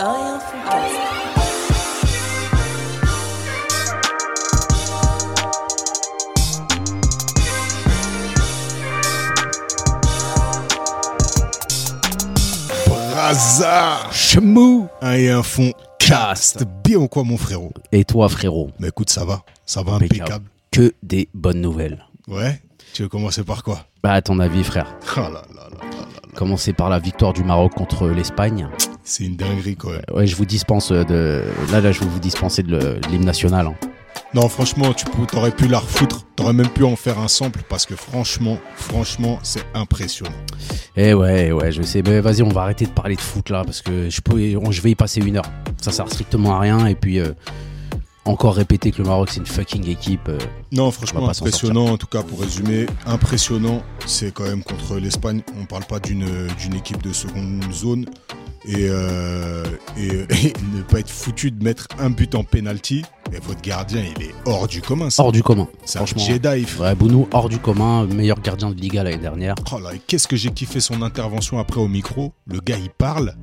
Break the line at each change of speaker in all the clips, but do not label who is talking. Orient Foodcast.
Raza
Chemou
et un fond cast. Bien ou quoi, mon frérot
Et toi, frérot
Mais écoute, ça va. Ça va impeccable.
Que des bonnes nouvelles.
Ouais Tu veux commencer par quoi
Bah, à ton avis, frère.
Oh là là là là là.
Commencer par la victoire du Maroc contre l'Espagne.
C'est une dinguerie, quoi.
Ouais, je vous dispense euh, de. Là, là, je vais vous dispenser de le- de l'hymne national. hein.
Non, franchement, tu peux- t'aurais pu la refoutre. T'aurais même pu en faire un sample parce que franchement, franchement, c'est impressionnant.
Eh ouais, eh ouais, je sais. Mais vas-y, on va arrêter de parler de foot là parce que je, peux, on- je vais y passer une heure. Ça sert strictement à rien. Et puis, euh, encore répéter que le Maroc, c'est une fucking équipe. euh,
Non,
On
franchement,
va pas s'en
impressionnant. En tout cas, pour résumer, impressionnant. C'est quand même contre l'Espagne. On parle pas d'une d'une équipe de seconde zone. Et, euh, et, et ne pas être foutu de mettre un but en penalty. Mais votre gardien, il est hors du commun. ça.
hors du commun.
C'est un
Franchement.
Jedi, frère.
Ouais, Bounou, hors du commun. Meilleur gardien de Liga l'année dernière.
Oh là, et qu'est-ce que j'ai kiffé son intervention après au micro. Le gars, il parle,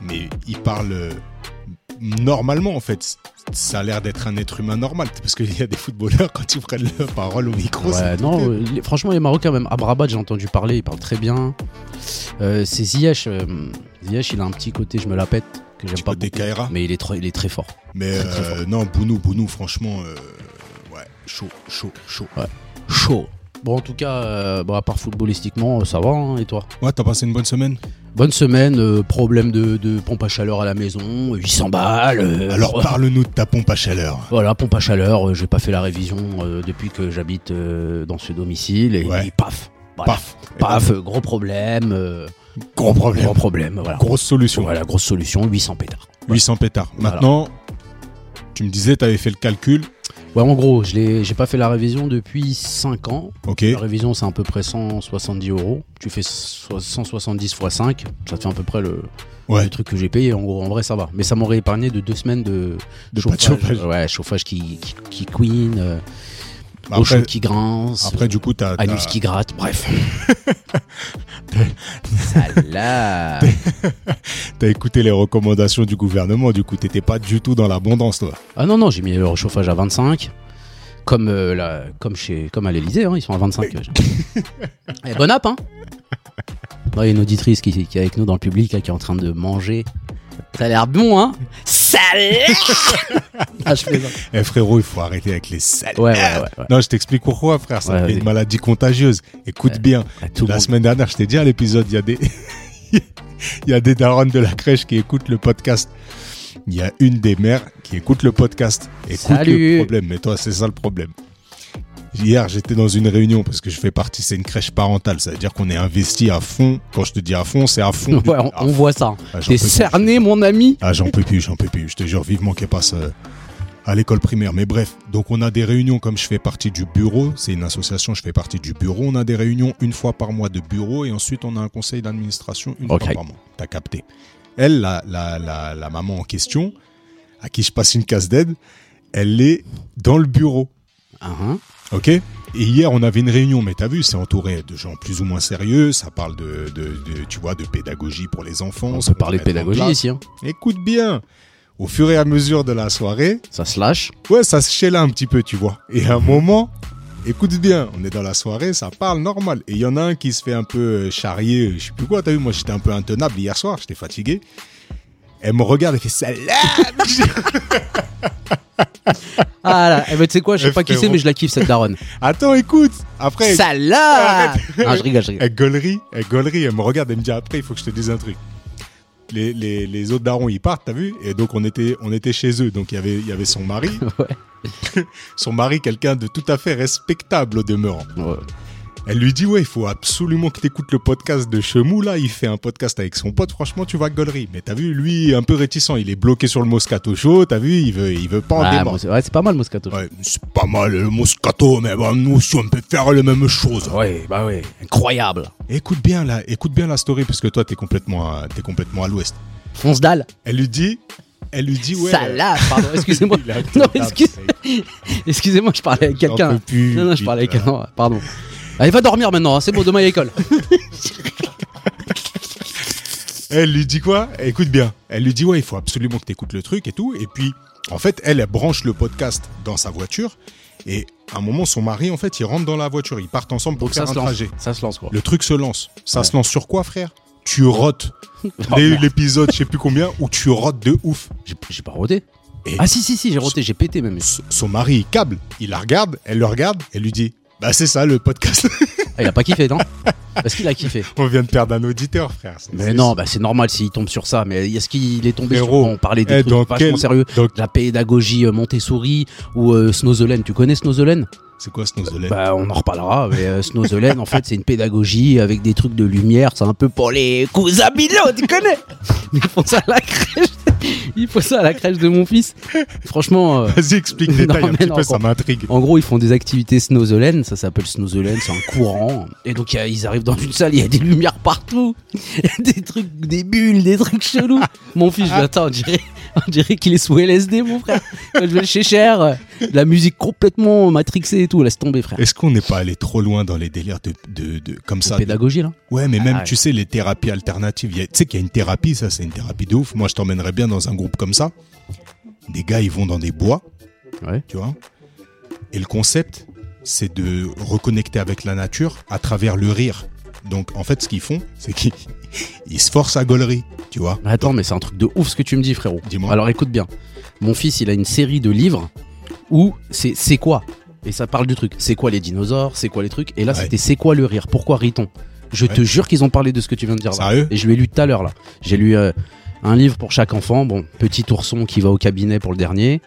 mais il parle euh, normalement, en fait. Ça a l'air d'être un être humain normal. Parce qu'il y a des footballeurs, quand ils prennent la parole au micro,
Ouais,
c'est tout
non,
fait.
euh, les- franchement, les Marocains, même Abrabat, j'ai entendu parler, il parle très bien. Euh, c'est Ziyech. euh, Ziyech, il a un petit côté, je me la pète, que j'aime
Petit
pas
côté
beaucoup.
Kaira.
Mais il est, trop- il est très fort.
Mais
Très, très
euh, non, Bounou, Bounou, franchement, euh, ouais, chaud, chaud, chaud.
Chaud. Bon, en tout cas, euh, bon, à part footballistiquement, euh, ça va, hein, et toi
Ouais, t'as passé une bonne semaine
Bonne semaine, euh, problème de, de pompe à chaleur à la maison, 800 balles. euh,
Alors
euh,
parle-nous de ta pompe à chaleur.
Voilà, pompe à chaleur, euh, j'ai pas fait la révision euh, depuis que j'habite euh, dans ce domicile, et,
Ouais.
et paf. Voilà.
Paf,
Paf, euh, gros problème, euh,
gros problème,
gros problème, voilà.
grosse solution.
Voilà, grosse solution, 800 pétards.
800 pétards.
Voilà.
Maintenant, tu me disais, t'avais fait le calcul,
Ouais, en gros, je l'ai- j'ai pas fait la révision depuis 5 ans.
ok
La révision, c'est à peu près 170 euros. Tu fais so- 170 x 5, ça te fait à peu près le,
Ouais.
le truc que j'ai payé. En gros, en vrai, ça va. Mais ça m'aurait épargné de deux semaines de,
De pas de chauffage.
Ouais, chauffage qui, qui, qui queen, euh,
Bah,
au chaud
après,
qui grince,
après, du coup, t'as.
anus
t'as-
qui gratte, bref. Salah.
T'as écouté les recommandations du gouvernement, du coup, t'étais pas du tout dans l'abondance, toi.
Ah non, non, j'ai mis le chauffage à 25. Comme, euh, la- comme, chez, comme à l'Elysée, ils sont à 25. euh, Eh, bon app, hein Non, Il y a une auditrice qui, qui est avec nous dans le public, là, qui est en train de manger. Ça a l'air bon, hein Ça a l'air Ah, je plaisante.
Eh frérot, il faut arrêter avec les sales.
Ouais, ouais, ouais. ouais.
Non, je t'explique pourquoi, frère. Ça
Ouais,
fait
vas-y.
une maladie contagieuse. Écoute
Ouais,
bien.
Ah, tout le
La
monde-
semaine dernière, je t'ai dit à l'épisode, il y a des. Il y a des darons de la crèche qui écoutent le podcast. Il y a une des mères qui écoute le podcast. Écoute
Salut.
le problème. Mais toi, c'est ça le problème. Hier, j'étais dans une réunion parce que je fais partie, c'est une crèche parentale. Ça veut dire qu'on est investi à fond. Quand je te dis à fond, c'est à fond.
Ouais, on,
À
on
fond.
voit ça.
Ah, j'en
T'es
peux plus.
cerné, mon ami
Ah, j'en peux plus, j'en peux plus. Je te jure vivement qu'elle passe euh, à l'école primaire. Mais bref, donc on a des réunions comme je fais partie du bureau. C'est une association, je fais partie du bureau. On a des réunions une fois par mois de bureau et ensuite on a un conseil d'administration une
Ok.
fois par mois. T'as capté. Elle, la, la, la, la maman en question, à qui je passe une case d'aide, elle est dans le bureau.
Ah, hein.
Ok Et hier, on avait une réunion, mais t'as vu, c'est entouré de gens plus ou moins sérieux. Ça parle de, de, de- tu vois, de pédagogie pour les enfants.
On
ça
peut
va
parler de
mettre en
pédagogie
place.
ici. hein.
Écoute bien. Au fur et à mesure de la soirée,
Ça se lâche.
ouais, ça se là un petit peu, tu vois. Et à un moment, écoute bien, on est dans la soirée, ça parle normal. Et il y en a un qui se fait un peu euh, charrier, euh, je sais plus quoi, t'as vu, moi j'étais un peu intenable hier soir, j'étais fatigué. Elle me regarde, elle fait ça
Ah là, eh ben, tu sais quoi, je sais pas qui c'est,
Frérot.
mais je la kiffe cette daronne.
Attends, écoute Après,
Salah
Arrête.
Ah, je rigole, je rigole.
elle gaulerie, elle gaulerie, elle me regarde, elle me dit après, il faut que je te dise un truc. Les, les, les autres darons, ils partent, t'as vu Et donc, on était, on était chez eux. Donc, il y avait- il y avait son mari.
Ouais.
son mari, quelqu'un de tout à fait respectable au demeurant.
Ouais.
Elle lui dit Ouais, il faut absolument que tu écoutes le podcast de Chemou. Là, il fait un podcast avec son pote. Franchement, tu vois, gaulerie. Mais t'as vu, lui, un peu réticent. Il est bloqué sur le Moscato Show. T'as vu, il veut, il veut pas en
Ah,
démordre.
Mos- ouais, c'est pas mal Moscato.
Ouais, c'est pas mal le Moscato, mais bon, nous aussi, on peut faire les mêmes choses.
Ouais, bah ouais, incroyable.
Écoute bien là, écoute bien la story parce que toi t'es complètement, à- t'es complètement à l'ouest.
Fonce dalle.
Elle lui dit, elle lui dit ouais.
Salah, pardon, excusez-moi.
Il a-
Non, excuse- excusez-moi, je parlais avec
J'en peux
quelqu'un.
plus,
Non, non, je parlais avec
putain.
quelqu'un, ouais, pardon. Allez, va dormir maintenant, hein, c'est bon, demain il y a école.
Elle lui dit quoi Écoute bien. Elle lui dit ouais, il faut absolument que tu écoutes le truc et tout. Et puis, en fait, elle, elle branche le podcast dans sa voiture. Et à un moment, son mari, en fait, il rentre dans la voiture. Ils partent ensemble pour
Donc
faire
ça
un
se lance.
trajet.
Ça se lance quoi.
Le truc se lance. Ça
Ouais.
se lance sur quoi, frère Tu rotes.
Oh,
J'ai eu
merde,
l'épisode, je sais plus combien, où tu rotes de ouf.
J'ai j'ai pas roté.
Et-
Ah si si si, j'ai roté, j'ai pété même.
S- Son mari, il câble. Il la regarde, elle le regarde, elle lui dit Bah, c'est ça le podcast.
Ah, il a pas kiffé non Est-ce qu'il a kiffé
On vient de perdre un auditeur, frère. C'est-
Mais
c'est-
non, bah c'est normal s'il tombe sur ça. Mais est-ce qu'il est tombé
Frérot,
sur On parlait des
eh, dans
trucs vachement
quel-
sérieux.
dans-
De La pédagogie euh, Montessori ou euh, Snozelen. Tu connais Snozelen
C'est quoi ce nozelette
Bah on en reparlera. Mais euh, Snozelen, en fait, c'est une pédagogie avec des trucs de lumière. C'est un peu pour les cousins Milo, tu connais Ils font ça à la crèche. Ils font ça à la crèche de mon fils. Franchement. euh,
Vas-y, explique
Non,
les détail un
mais
petit
non,
peu, ça
encore.
m'intrigue.
En gros, ils font des activités snozelen, ça s'appelle snozelen, c'est un courant. Et donc, il y a- ils arrivent dans une salle, il y a des lumières partout, des trucs, des bulles, des trucs chelous. Mon fils, je l'attends, on dirait, on dirait qu'il est sous LSD, mon frère. Quand je vais le chez Cher, euh, de la musique complètement matrixée et tout, laisse tomber, frère.
Est-ce qu'on n'est pas allé trop loin dans les délires de, de, de- comme ça
La pédagogie, là
Ouais, mais même,
ouais.
tu sais, les thérapies alternatives. il y a- Tu sais qu'il y a une thérapie, ça, c'est une thérapie de ouf. Moi, je t'emmènerais bien dans un groupe comme ça. Des gars, ils vont dans des bois,
Ouais.
tu vois. Et le concept, c'est de reconnecter avec la nature à travers le rire. Donc, en fait, ce qu'ils font, c'est qu'ils ils se forcent à gaulerie, tu vois.
Mais attends, mais c'est un truc de ouf ce que tu me dis, frérot.
Dis-moi.
Alors, écoute bien. Mon fils, il a une série de livres où c'est c'est quoi Et ça parle du truc. C'est quoi les dinosaures C'est quoi les trucs Et là,
Ouais.
c'était c'est quoi le rire Pourquoi rit-on Je te
Ouais.
jure qu'ils ont parlé de ce que tu viens de dire. là.
Sérieux
Et je l'ai lu tout à l'heure, là. J'ai lu euh, un livre pour chaque enfant. Bon, petit ourson qui va au cabinet pour le dernier.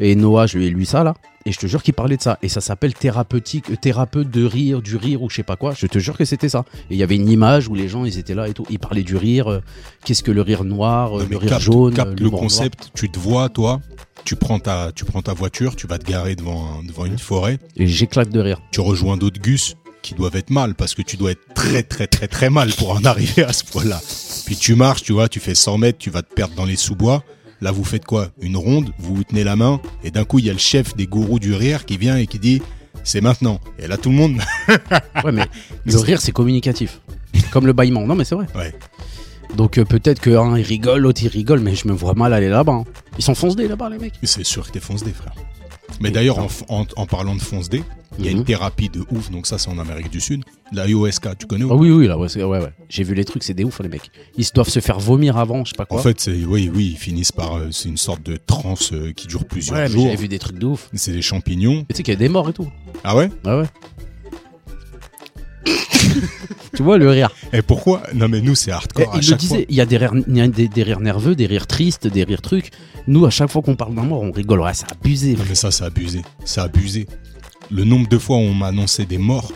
Et Noah, je lui ai lu ça, là. Et je te jure qu'il parlait de ça. Et ça s'appelle thérapeutique, euh, thérapeute de rire, du rire ou je sais pas quoi. Je te jure que c'était ça. Et il y avait une image où les gens, ils étaient là et tout. Ils parlaient du rire. euh, Qu'est-ce que le rire noir, euh,
Non, mais
le rire
capte-
jaune,
capte
euh,
le
l'humour noir.
concept, tu te vois, toi, tu prends ta, tu prends ta voiture, tu vas te garer devant, un- devant une forêt,
Et j'éclate de rire.
tu rejoins d'autres gus qui doivent être mal parce que tu dois être très très très très mal pour en arriver à ce point-là. Puis tu marches, tu vois, tu fais 100 mètres, tu vas te perdre dans les sous-bois. Là, vous faites quoi Une ronde, vous vous tenez la main, et d'un coup, il y a le chef des gourous du rire qui vient et qui dit c'est maintenant. Et là, tout le monde.
Ouais, mais le rire, c'est communicatif. Comme le bâillement. Non, mais c'est vrai.
Ouais.
Donc euh, peut-être que un il rigole, l'autre il rigole, mais je me vois mal aller là-bas. hein. Ils s'enfoncent des là-bas, les mecs.
C'est sûr que t'es fonce des frères. Mais d'ailleurs, en, en- en parlant de fonce des, il y a
Mhm.
une thérapie de ouf, donc ça, c'est en Amérique du Sud. La ayahuasca, tu connais ou
Ah oui, oui, là, ouais, c'est- ouais, ouais. J'ai vu les trucs, c'est des ouf, hein, les mecs. Ils se doivent se faire vomir avant, je sais pas
En
quoi.
fait, c'est- oui, oui, ils finissent par. euh, c'est une sorte de transe euh, qui dure plusieurs
ouais, mais
jours.
j'avais vu des trucs de ouf.
C'est des champignons.
Mais tu sais qu'il y a des morts et tout.
Ah ouais
Ah ouais. tu vois le rire.
Et pourquoi Non, mais nous, c'est
Eh,
hardcore. à
il le
chaque
disait, il y a des rires, il y a des, des rires nerveux, des rires tristes, des rires trucs. Nous, à chaque fois qu'on parle d'un mort, on rigole. Ouais, c'est abusé.
fois. Non, mais ça, c'est abusé. C'est abusé. Le nombre de fois où on m'a annoncé des morts.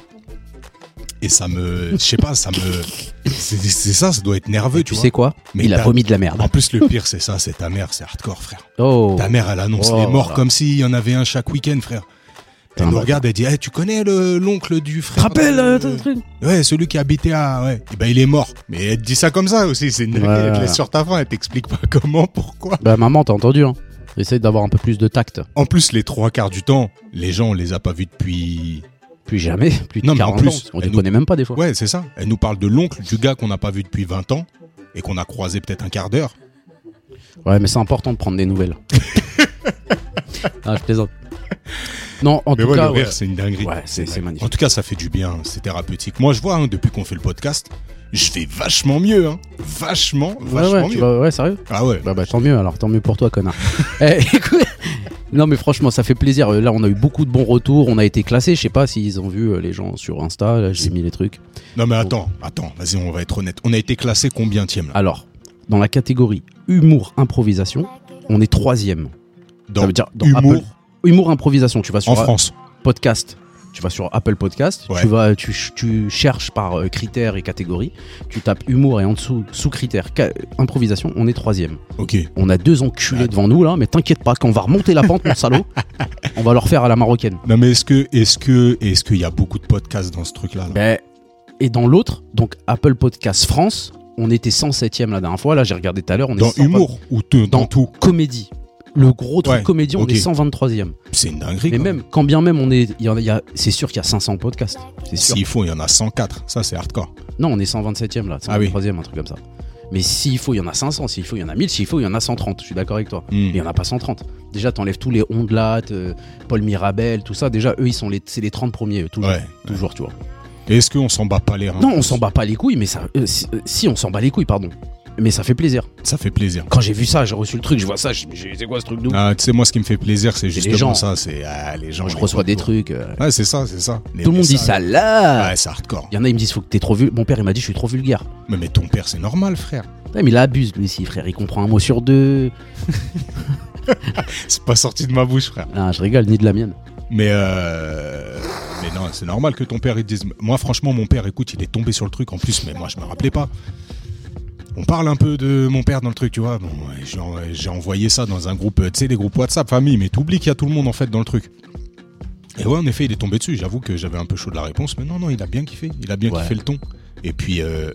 Et ça me. Je sais pas, ça me. C'est c'est ça, ça doit être nerveux, tu,
tu
vois.
sais quoi
Mais
Il a
t'as-
vomi de la merde.
En plus, le pire, c'est ça, c'est ta mère, c'est hardcore, frère.
Oh.
Ta mère, elle annonce
Oh
les morts
là là.
comme s'il y en avait un chaque week-end, frère. Elle
Putain,
nous
bah.
regarde, elle dit Eh, Tu connais le- l'oncle du frère
Rappelle
euh,
euh, ton truc.
Ouais, celui qui habitait à. Ouais. Eh ben, il est mort. Mais elle te dit ça comme ça aussi. C'est une...
Ouais,
Elle te
ouais,
laisse
ouais.
sur ta faim. Elle t'explique pas comment, pourquoi.
Bah maman, t'as entendu hein. Essaye d'avoir un peu plus de tact.
En plus, les trois quarts du temps, les gens, on les a pas vus depuis.
Plus jamais, plus de
Non, mais en
40
plus,
ans. On les
elle nous-
connaît même pas des fois.
Ouais, c'est ça. Elle nous parle de l'oncle, du gars qu'on n'a pas vu depuis 20 ans et qu'on a croisé peut-être un quart d'heure.
Ouais, mais c'est important de prendre des nouvelles. ah, je plaisante. Non, en
Mais
tout
ouais,
cas,
le rire,
ouais.
c'est une dinguerie.
Ouais, c'est- c'est
dingue.
magnifique.
En tout cas, ça fait du bien. hein. C'est thérapeutique. Moi, je vois, hein, depuis qu'on fait le podcast, je vais vachement mieux. Hein. Vachement,
ouais,
vachement
ouais, tu
mieux.
vas- ouais, sérieux
Ah ouais.
Bah, bah, tant mieux alors, tant mieux pour toi, connard. Eh, écoute, non, mais franchement, ça fait plaisir. Euh, Là, on a eu beaucoup de bons retours, on a été classés. Je sais pas s'ils ont vu euh, les gens sur Insta, là, j'ai mis les trucs.
Non, mais attends, attends. Vas-y, on va être honnête. On a été classé combien tième là
Alors, dans la catégorie humour improvisation, on est troisième.
Dans
Ah, ça veut dire dans
humour
Apple. Humour improvisation, tu vas sur
en
euh,
France.
podcast. Tu vas sur Apple Podcast,
Ouais.
tu vas, tu, ch- tu cherches par euh, critères et catégories, tu tapes humour et en dessous sous critères ca- improvisation, on est troisième.
Ok.
On a deux enculés devant nous là, mais t'inquiète pas, quand on va remonter la pente, mon salaud, on va leur faire à la marocaine.
Non mais est-ce que est-ce que est-ce qu'il y a beaucoup de podcasts dans ce truc là,
Ben, et dans l'autre, donc Apple Podcast France, on était 107ème la dernière fois. Là, j'ai regardé tout à l'heure, on
Dans
est 120
humour ou te- dans, tout
comédie. Le gros truc
Ouais,
comédie, on
ok.
est 123ème.
C'est une dinguerie.
Mais
quoi.
même, quand bien même on est, il y en a- il y a- c'est sûr qu'il y a 500 podcasts. C'est sûr.
S'il faut, il y en a 104. Ça c'est hardcore.
Non, on est 127ème là, 123ème,
Ah oui.
un truc comme ça. Mais s'il faut, il y en a 500. S'il faut, il y en a 1000. S'il faut, il y en a 130. Je suis d'accord avec toi.
Mm.
Mais il n'y en a pas 130. Déjà, t'enlèves tous les Ondelat, euh, Paul Mirabel, tout ça. Déjà, eux, ils sont les, c'est les 30 premiers, eux, toujours.
Hmm. Ouais.
Toujours, tu vois.
Et Est-ce qu'on s'en bat pas les reins
Non, on s'en bat pas les couilles, mais ça. euh, si, euh, si, on s'en bat les couilles, pardon. Mais ça fait plaisir.
Ça fait plaisir.
Quand j'ai vu ça, j'ai reçu le truc, je vois ça, je- j'ai- c'est quoi ce truc de ouf
Ah, tu sais, moi, ce qui me fait plaisir, c'est
C'est les
justement
gens.
ça. C'est ah, les gens.
Je
les
reçois des
retours.
trucs. euh,
Ouais, c'est ça, c'est ça. Les
Tout le monde dit
messages.
ça là.
Ouais, c'est hardcore.
Il y en a, ils me disent faut que t'es trop vulgaire. Mon père, il m'a dit je suis trop vulgaire.
Mais, mais ton père, c'est normal, frère.
Ouais, mais il abuse lui aussi, frère. Il comprend un mot sur deux.
C'est pas sorti de ma bouche, frère.
Ah, je rigole, ni de la mienne.
Mais euh, mais non, c'est normal que ton père il te dise. Moi, franchement, mon père, écoute, il est tombé sur le truc en plus, mais moi, je me rappelais pas. On parle un peu de mon père dans le truc, tu vois. Bon, ouais, j'ai en- j'ai envoyé ça dans un groupe, euh, tu sais, des groupes WhatsApp famille, mais t'oublies qu'il y a tout le monde en fait dans le truc. Et ouais, en effet, il est tombé dessus. J'avoue que j'avais un peu chaud de la réponse, mais non, non, il a bien kiffé. Il a bien
Ouais.
kiffé le ton. Et puis, euh,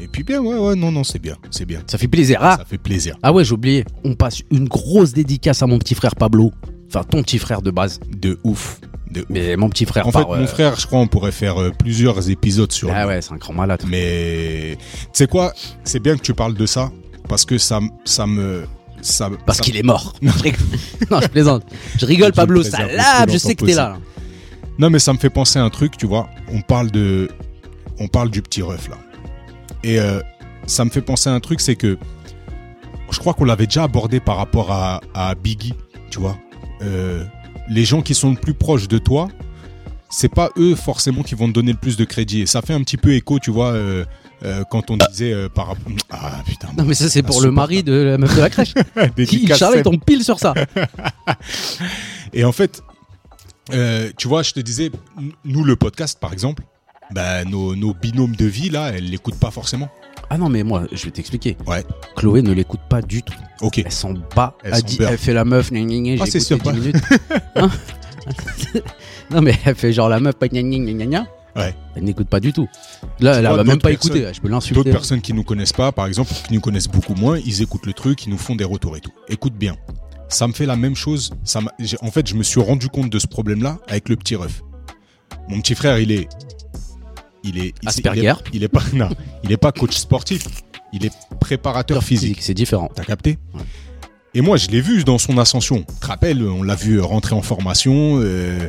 et puis bien, ouais, ouais, non, non, c'est bien, c'est bien.
Ça fait plaisir. Ah,
Ça fait plaisir.
ah ouais, j'ai oublié. On passe une grosse dédicace à mon petit frère Pablo. Enfin, ton petit frère de base.
De ouf, de ouf.
Mais mon petit frère
En fait,
par, euh,
mon frère, je crois, on pourrait faire euh, plusieurs épisodes sur lui.
Ah ouais, c'est un grand malade.
Mm. Mais tu sais quoi C'est bien que tu parles de ça parce que ça, m- ça me. Ça,
Parce
ça-
qu'il est mort. Je rigole. non, je plaisante. Je rigole,
Dieu
Pablo.
le
Ça
préserve le
là,
plus
je sais que
longtemps
t'es là.
Non, mais ça me fait penser à un truc, tu vois. On parle de. On parle du petit ref, là. Et euh, ça me fait penser à un truc, c'est que. Je crois qu'on l'avait déjà abordé par rapport à, à Biggie, tu vois. Euh, les gens qui sont le plus proches de toi, c'est pas eux forcément qui vont te donner le plus de crédit. Et ça fait un petit peu écho, tu vois, euh, euh, quand on disait euh, par rapport. Ah putain,
Non, mais ça, c'est pour le mari de la meuf de la crèche. Qui,
dédicace,
Charles, il tombe pile sur ça.
Et en fait, euh, tu vois, je te disais, n- nous, le podcast, par exemple, bah, nos, nos binômes de vie, là, elles l'écoutent pas forcément.
Ah non, mais moi, je vais t'expliquer.
Ouais.
Chloé ne l'écoute pas du tout.
Ok.
Elle s'en bat.
Elle
Elle,
s'en
dit,
beurre.
elle fait la meuf. gna gna gna,
Ah,
j'ai
c'est sûr,
écouté 10
pas.
minutes. Hein non, mais elle fait genre la meuf. pas gna gna gna gna gna.
Ouais.
Elle n'écoute pas du tout. Là, elle
vois,
va même
d'autres
pas
personnes-
écouter. Je peux
D'autres
l'insulter.
personnes qui nous connaissent pas, par exemple, qui nous connaissent beaucoup moins, ils écoutent le truc, ils nous font des retours et tout. Écoute bien. Ça me fait la même chose. Ça m'a- j'ai- en fait, je me suis rendu compte de ce problème-là avec le petit ref. Mon petit frère, il est. Il est. il- Il
Asperger.
est, il est pas. non, il est pas coach sportif. Il est préparateur physique.
C'est différent.
T'as capté Et moi, je l'ai vu dans son ascension. Tu te rappelles, on l'a vu rentrer en formation, euh,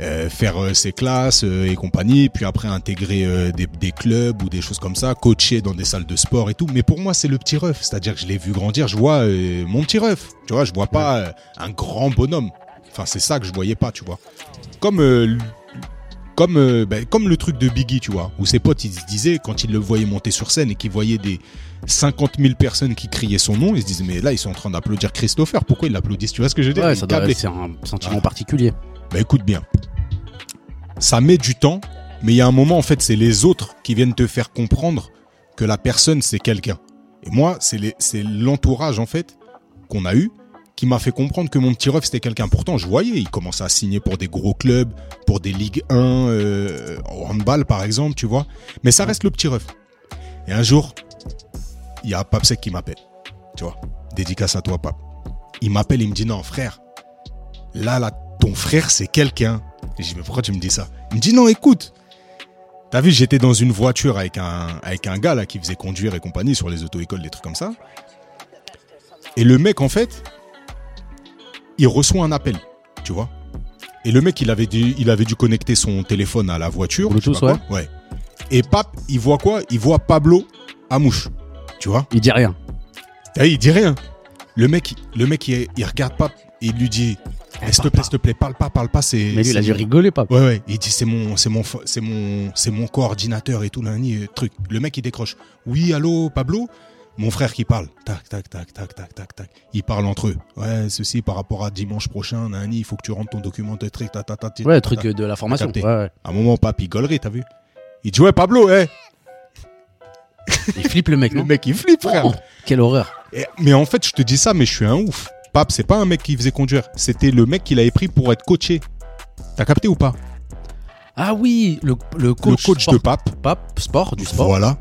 euh, faire euh, ses classes euh, et compagnie, puis après intégrer euh, des, des clubs ou des choses comme ça, coacher dans des salles de sport et tout. Mais pour moi, c'est le petit ref. C'est-à-dire que je l'ai vu grandir. Je vois euh, mon petit ref. Tu vois, je vois pas euh, un grand bonhomme. Enfin, c'est ça que je voyais pas, tu vois. Comme euh, l- comme, euh, ben, comme le truc de Biggie, tu vois, où ses potes, ils se disaient, quand ils le voyaient monter sur scène et qu'ils voyaient des 50 000 personnes qui criaient son nom, ils se disaient, mais là, ils sont en train d'applaudir Christopher, pourquoi ils l'applaudissent Tu vois ce que je veux dire
Ouais,
Ils
ça doit
câblaient.
être un sentiment
Ah.
particulier.
Bah écoute bien, ça met du temps, mais il y a un moment, en fait, c'est les autres qui viennent te faire comprendre que la personne, c'est quelqu'un. Et moi, c'est les- c'est l'entourage, en fait, qu'on a eu, qui m'a fait comprendre que mon petit ref, c'était quelqu'un. Pourtant, je voyais, il commençait à signer pour des gros clubs, pour des Ligue 1, euh, au handball, par exemple, tu vois. Mais ça reste le petit ref. Et un jour, il y a Papsec qui m'appelle, tu vois. Dédicace à toi, Pap. Il m'appelle, il me dit, non, frère, là, là, ton frère, c'est quelqu'un. Et Je dis, mais pourquoi tu me dis ça Il me dit, non, écoute. T'as vu, j'étais dans une voiture avec un, avec un gars là qui faisait conduire et compagnie sur les auto-écoles, des trucs comme ça. Et le mec, en fait, il reçoit un appel, tu vois. Et le mec, il avait dû, il avait dû connecter son téléphone à la voiture. je sais
Bluetooth,
pas quoi. ouais. Et Pape, il voit quoi Il voit Pablo Amouche, tu vois.
Il dit rien.
T'as vu, Ah, il dit rien. Le mec, il- le mec il, il regarde Pape et il lui dit, Eh, s'il te plaît, s'il te plaît, parle pas, parle pas, c'est...
Mais lui, il a
c'est
dû
mon-
rigoler, pas.
Ouais, ouais. Il dit c'est mon, c'est mon, fo- c'est mon, c'est mon coordinateur et tout, lundi, euh, truc. Le mec, il décroche. Oui, allô, Pablo Mon frère qui parle. Tac, tac, tac, tac, tac, tac, tac. Ils parlent entre eux. Ouais, ceci par rapport à dimanche prochain, lundi, il faut que tu rentres ton document de truc, ta, ta, ta, ta,
Ouais,
ta,
le truc euh,
ta.
de la formation.
capté.
Ouais, ouais.
À un moment, pape, il gaulerait, t'as vu Il dit ouais, Pablo, hé
Il flippe le mec,
Le
non
mec, il flippe, frère.
Oh, Quelle horreur.
Et- mais en fait, je te dis ça, mais je suis un ouf. Pape, c'est pas un mec qui faisait conduire. C'était le mec qu'il avait pris pour être coaché. T'as capté ou pas
Ah oui, le, le coach,
Le coach
sport-
de Pape.
Pape, sport, du sport.
Voilà.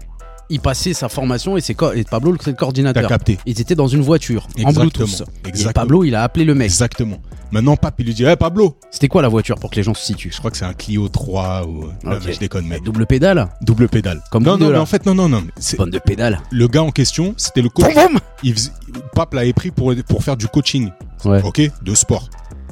il passait sa formation et, c'est co- et Pablo, le- c'est le coordinateur.
T'as capté.
Ils étaient dans une voiture, en
Exactement,
Bluetooth. Et
exactement.
Pablo, il a appelé le mec.
Exactement. Maintenant, Pape, il lui dit Hey Pablo
C'était quoi la voiture pour que les gens se situent
Je crois que c'est un Clio 3 ou. Non,
Ok.
mais je déconne, mais.
Double pédale
Double pédale.
Comme
non,
vous deux,
non, mais
là.
en fait, non, non, non. mais c'est-
Bonne de pédale.
Le gars en question, c'était le coach. Il faisait- Pape l'avait pris pour, pour faire du coaching.
Ouais.
Ok De sport.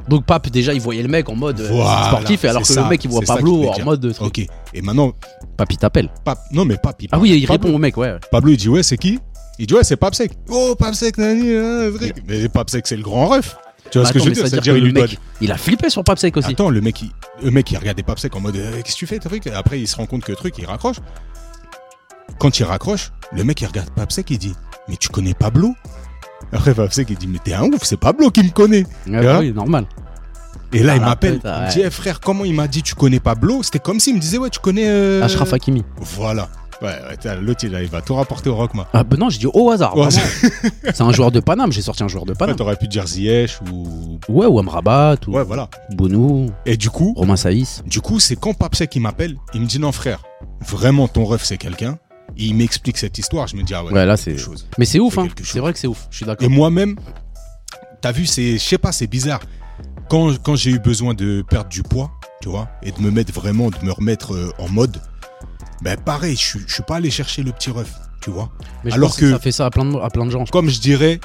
Donc Pape, déjà, il voyait le mec en mode euh,
Voilà,
sportif,
c'est
alors que
ça,
le mec, il voit
c'est ça que je
Pablo
voulais
en
dire.
mode... euh, truc.
Ok. Et maintenant,
Pape, il t'appelle.
Pape. Non, mais Pape, il
Ah oui, il
Pablo.
répond au mec, ouais. ouais.
Pablo, il dit ouais, c'est qui Il dit ouais, c'est Papsec. Oh, Papsec, nani, hein, vrai. Mais Papsec, c'est le grand ref. Tu vois ce que je
Bah, Attends,
veux
mais
dire
ça veut
C'est-à-dire,
que
il
le
lui donne.
mec, il a flippé sur Papsec aussi.
Attends, le mec, il, le mec, il regardait Papsec en mode euh, qu'est-ce que tu fais, truc Après, il se rend compte que truc, il raccroche. Quand il raccroche, le mec, il regarde Papsec, il dit mais tu connais Pablo Après, Papsec, il dit mais t'es un ouf, c'est Pablo qui me connaît.
Ah
Hein
bah oui, normal.
Et là,
Ah,
il
la
m'appelle.
putain,
Il me dit eh, frère, comment il m'a dit tu connais Pablo C'était comme s'il me disait ouais, tu connais. euh,
Ashraf Hakimi.
Voilà. Ouais, ouais, t'as- l'autre, il va tout rapporter au Rockma.
Ah ben non, j'ai dit au hasard.
Au
vraiment. C'est un joueur de Paname, j'ai sorti un joueur de
Ouais,
Paname.
T'aurais pu dire Ziyech ou.
Ouais, ou Amrabat, ou
Ouais, voilà.
Bounou,
Et du coup,
Romain Saïs.
du coup, c'est quand Papsek qui m'appelle, il me dit non frère, vraiment ton ref c'est quelqu'un. Et il m'explique cette histoire, je me dis ah ouais,
Ouais, là,
c'est quelque
c'est-
chose.
Mais c'est ouf,
C'est
hein.
quelque chose.
C'est vrai que c'est ouf. Je suis
Et
d'accord.
moi-même, t'as vu, c'est, je sais pas, c'est bizarre. Quand, quand j'ai eu besoin de perdre du poids, tu vois, et de me mettre vraiment, de me remettre euh, en mode, ben pareil, je suis- je suis pas allé chercher le petit ref, tu vois.
Mais je
alors
pense
que-
ça fait ça à plein de, à plein de gens.
Comme je dirais,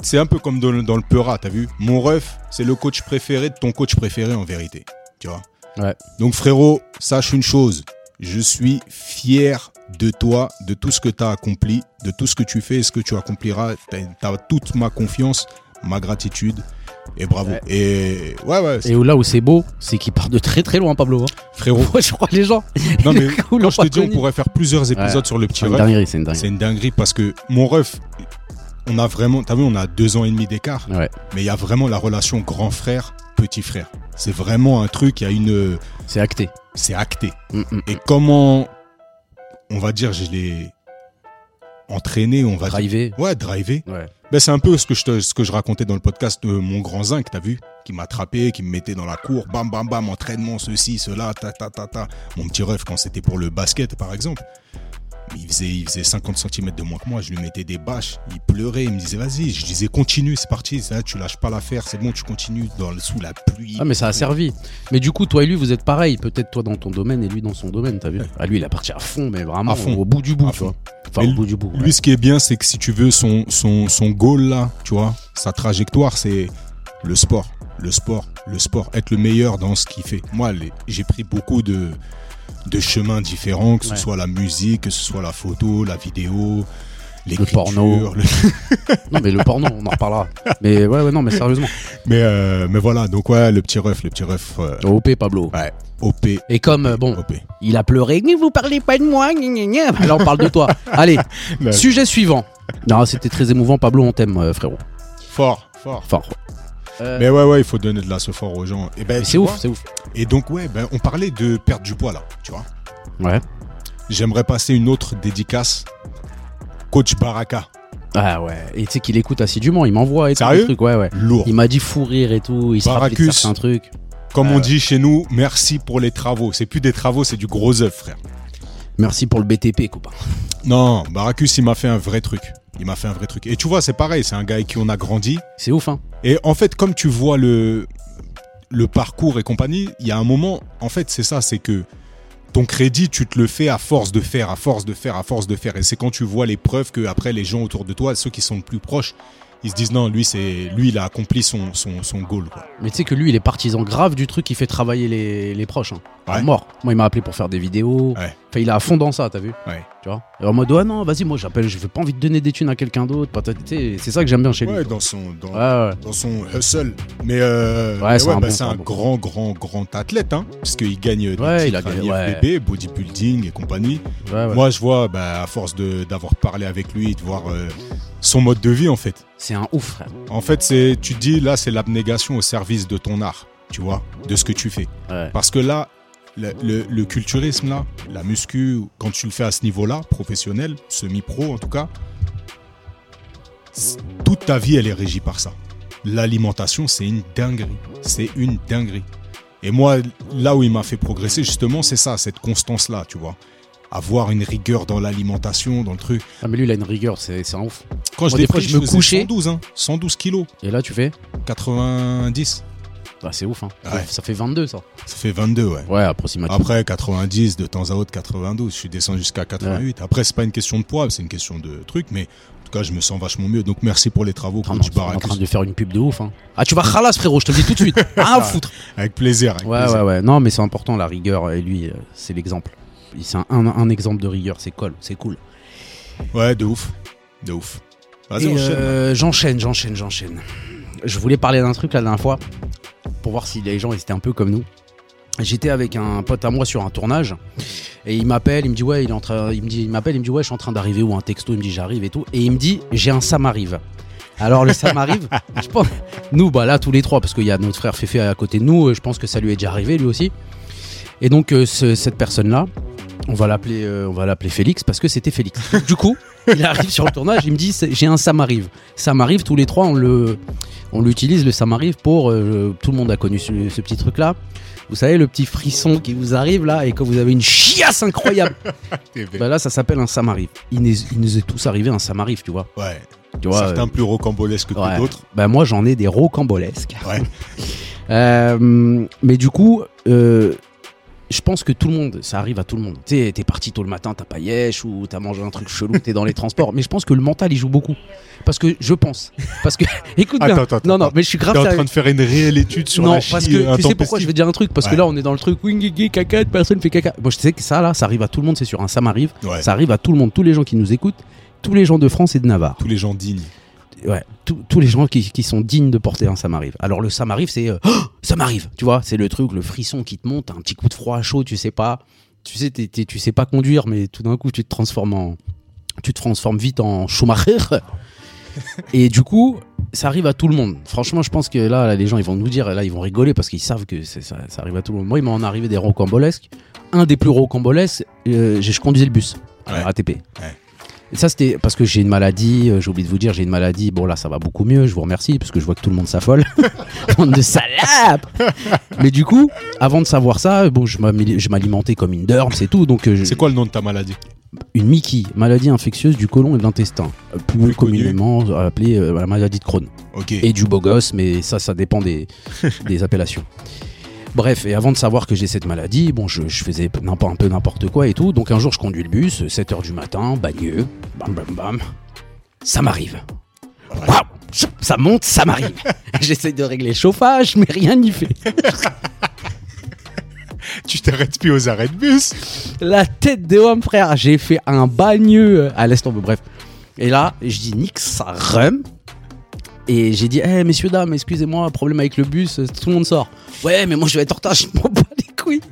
c'est un peu comme dans, le- dans le Peura, t'as vu Mon ref, c'est le coach préféré de ton coach préféré en vérité. Tu vois
Ouais.
Donc frérot, sache une chose. Je suis fier de toi, de tout ce que tu as accompli, de tout ce que tu fais et ce que tu accompliras. T'as t'as toute ma confiance, ma gratitude et bravo.
Ouais.
Et ouais, ouais, c'est-
Et où- là où c'est beau, c'est qu'il part de très très loin, Pablo. hein.
frérot.
Moi, je crois les gens.
Non, mais
Où l'ont
quand je te
pas
dis, on
connu.
pourrait faire plusieurs épisodes sur le petit
C'est une
ref.
dinguerie, c'est une dinguerie.
C'est une dinguerie parce que mon ref, on a vraiment, t'as vu, on a deux ans et demi d'écart,
Ouais.
mais il y a vraiment la relation grand frère, petit frère. C'est vraiment un truc, il y a une,
C'est acté.
c'est acté.
Mm, mm.
Et comment, on va dire, je l'ai entraîné, on va
Drivé.
dire. Ouais, drivé.
Ouais.
Ben, c'est un peu ce que, je te- ce que je racontais dans le podcast de mon grand zinc, t'as vu Qui m'attrapait, qui me mettait dans la cour, bam bam bam, entraînement, ceci, cela, ta ta ta ta. Mon petit ref, quand c'était pour le basket par exemple, il faisait, il faisait 50 cm de moins que moi, je lui mettais des bâches, il pleurait, il me disait vas-y, je disais continue, c'est parti, ça, tu lâches pas l'affaire, c'est bon, tu continues dans, le- sous la pluie.
Ah mais ça a servi. Mais du coup, toi et lui, vous êtes pareil. Peut-être toi dans ton domaine et lui dans son domaine, t'as vu Ah lui, il a parti à fond, mais vraiment
À fond.
au bout du bout,
À
tu
fond.
vois. Enfin,
Mais
au bout du bout. ouais.
Lui, ce qui est bien, c'est que si tu veux, son, son, son goal là, tu vois, sa trajectoire, c'est le sport, le sport, le sport, être le meilleur dans ce qu'il fait. Moi, les- j'ai pris beaucoup de, de chemins différents, que ce
Ouais.
soit la musique, que ce soit la photo, la vidéo, l'écriture.
porno.
le-
Non, mais le porno, on en reparlera. Mais ouais, ouais, non, mais sérieusement.
Mais, euh, mais voilà, donc ouais, le petit ref, le petit ref, euh,
OP Pablo.
ouais, OP,
Et comme, euh, bon,
OP.
il a pleuré, Mais vous parlez pas de moi, gna gna gna. Bah, Là, on parle de toi. Allez,
Là,
sujet suivant. Non, c'était très émouvant, Pablo, on t'aime, euh, frérot.
Fort, fort.
Enfin, euh,
Mais ouais, ouais, il faut donner de la ce fort aux gens. Et ben,
mais
tu
c'est ouf,
vois,
c'est ouf.
Et donc, ouais, ben, on parlait de perdre du poids là, tu vois.
Ouais.
J'aimerais passer une autre dédicace. Coach Baraka,
Ah ouais. Et tu sais qu'il écoute assidûment, il m'envoie et tout,
Sérieux
des trucs, ouais, ouais.
lourd.
Il m'a dit fou rire et tout, il se rappelait de
Baracus.
certains trucs.
Comme
Ah
on
ouais.
dit chez nous, merci pour les travaux. C'est plus des travaux, c'est du gros œuf, frère.
Merci pour le BTP, copain.
Non, Baracus, il m'a fait un vrai truc. Il m'a fait un vrai truc. Et tu vois, c'est pareil, c'est un gars avec qui on a grandi.
C'est ouf, hein.
Et en fait, comme tu vois le, le parcours et compagnie, il y a un moment, en fait, c'est ça, c'est que ton crédit, tu te le fais à force de faire, à force de faire, à force de faire. Et c'est quand tu vois les preuves que après les gens autour de toi, ceux qui sont le plus proches, ils se disent non, lui, c'est lui, il a accompli son, son, son goal. quoi.
Mais tu sais que lui, il est partisan grave du truc qui fait travailler les, les proches. Hein.
Ouais.
À Mort. Moi, il m'a appelé pour faire des vidéos.
Ouais.
Enfin, il est à fond dans ça, t'as vu
Ouais.
Tu vois Et en mode, ouais, non, vas-y, moi, j'appelle, je veux pas envie de donner des thunes à quelqu'un d'autre. patati, tu sais, C'est ça que j'aime bien chez lui.
Ouais, dans son, dans,
Ouais, ouais.
dans son hustle. Mais euh, mais
Ouais,
ouais,
c'est un
bah,
bon,
c'est
c'est
un,
un bon.
grand, grand, grand athlète, hein, parce qu'il gagne des
Ouais, il
titres
a gagné,
à
ouais. Ah,
l'IFBB, bodybuilding et compagnie.
ouais, ouais.
Moi, je vois, bah, à force de- d'avoir parlé avec lui, de voir euh, son mode de vie, en fait.
C'est un ouf, frère.
En fait, c'est, tu te dis, là, c'est l'abnégation au service de ton art, tu vois, de ce que tu fais.
Ouais.
Parce que là, le, le- le culturisme, là, la muscu, quand tu le fais à ce niveau-là, professionnel, semi-pro en tout cas, c'est- toute ta vie, elle est régie par ça. L'alimentation, c'est une dinguerie. C'est une dinguerie. Et moi, là où il m'a fait progresser, justement, c'est ça, cette constance-là, tu vois. avoir une rigueur dans l'alimentation, dans le truc.
Ah, mais lui, il a une rigueur, c'est c'est un ouf.
Quand je
Moi, des fois,
déprime,
je
je,
me
faisais
couchais.
112, hein, 112 kilos,
Et là, tu fais
90.
bah, C'est ouf, hein.
Ouais.
Ça fait 22, ça.
Ça fait 22, ouais.
Ouais, approximativement.
Après 90, de temps à autre 92, je suis descendu jusqu'à 88. Après c'est pas une question de poids, c'est une question de truc, mais en tout cas je me sens vachement mieux. Donc merci pour les travaux,
Ah non,
coach
on est en train
Barakus.
de faire une pub de ouf. hein. Ah, tu vas khalas, frérot, je te le dis tout de suite. Ah, foutre.
Avec plaisir. avec
Ouais,
plaisir.
ouais, ouais. Non, mais c'est important, la rigueur. Et lui, euh, c'est l'exemple. Il- C'est un, un- un exemple de rigueur, c'est cool. C'est cool.
Ouais, de ouf, de ouf. Vas-y
Et,
enchaîne.
euh, J'enchaîne, j'enchaîne, j'enchaîne. Je voulais parler d'un truc la dernière fois pour voir si les gens ils étaient un peu comme nous. J'étais avec un pote à moi sur un tournage et il m'appelle, il me dit ouais, il est en train, il me dit, il m'appelle, il me dit ouais, je suis en train d'arriver ou un texto, il me dit j'arrive et tout et il me dit j'ai un Samarive. Alors le Samarive, je pense, nous bah là tous les trois parce qu'il y a notre frère Féfé à côté de nous, euh, je pense que ça lui est déjà arrivé lui aussi. Et donc euh, ce- cette personne là, on va l'appeler, euh, on va l'appeler Félix parce que c'était Félix. Donc, du coup, il arrive sur le tournage, il me dit c'est- j'ai un Samarive. Samarive, tous les trois on le, on l'utilise le Samarive pour euh, tout le monde a connu ce, ce petit truc là. Vous savez le petit frisson qui vous arrive là et quand vous avez une chiasse incroyable.
TV.
bah là ça s'appelle un Samarive. Il, nous- il nous est tous arrivé un Samarive, tu vois.
ouais.
Tu vois. euh,
Certains plus rocambolesques que
ouais.
d'autres.
euh, bah moi j'en ai des rocambolesques.
Ouais.
Euh, mais du coup, euh, je pense que tout le monde, ça arrive à tout le monde. Tu sais, t'es parti tôt le matin, t'as paillèche ou t'as mangé un truc chelou, t'es dans les transports. Mais je pense que le mental, il joue beaucoup. Parce que je pense. Parce que, écoute bien.
Attends, attends,
non, non,
attends.
mais je suis grave
T'es en
sérieux.
train de faire une réelle étude sur
non,
la
parce
chie,
que
euh,
tu sais pourquoi
intempestive.
je vais dire un truc Parce que
Ouais.
là, on est dans le truc, oui, gui, gui, caca, personne fait caca. Moi, je sais que ça, là, ça arrive à tout le monde, c'est sûr. hein, ça m'arrive.
Ouais.
Ça arrive à tout le monde, tous les gens qui nous écoutent, tous les gens de France et de Navarre
Tous les gens dignes.
Mm. ouais, tous- tous les gens qui, qui sont dignes de porter un ça m'arrive. Alors le ça m'arrive, c'est euh, Oh, ça m'arrive, tu vois, c'est le truc, le frisson qui te monte, un petit coup de froid à chaud, tu sais pas, tu sais, t'es- t'es- tu sais pas conduire, mais tout d'un coup tu te transformes en, tu te transformes vite en Schumacher. Et du coup, ça arrive à tout le monde. Franchement, je pense que là, là, les gens, ils vont nous dire, là, ils vont rigoler parce qu'ils savent que c'est- ça, ça arrive à tout le monde. Moi, il m'en arrivé des rocambolesques. Un des plus rocambolesques, euh, j'ai- je conduisais le bus à la
Ouais.
RATP.
Ouais.
Et ça, c'était parce que j'ai une maladie, euh, j'ai oublié de vous dire, j'ai une maladie. Bon, là, ça va beaucoup mieux, je vous remercie, parce que je vois que tout le monde s'affole. Bande de salapes Mais du coup, avant de savoir ça, bon, je m'amé- je m'alimentais comme une derme, c'est tout. Donc, euh, je-
C'est quoi le nom de ta maladie
une Mickey, maladie infectieuse du côlon et de l'intestin, euh, plus,
Plus connue.
communément appelée euh, la maladie de Crohn
Ok.
et du beau gosse, mais ça, ça dépend des, des appellations. Bref, et avant de savoir que j'ai cette maladie, bon, je, je faisais n'importe- un peu n'importe quoi et tout. Donc un jour, je conduis le bus, 7h du matin, bagneux, bam bam bam. Ça m'arrive. Waouh, chou, ça monte, ça m'arrive. J'essaie de régler le chauffage, mais rien n'y fait.
Tu t'arrêtes plus aux arrêts de bus.
La tête de homme, frère. J'ai fait un bagneux. à laisse tomber, bref. Et là, je dis nique ça rhum. Et j'ai dit, eh messieurs, dames, excusez-moi, problème avec le bus, euh, tout le monde sort. Ouais, mais moi je vais être en retard, je m'en bats les couilles.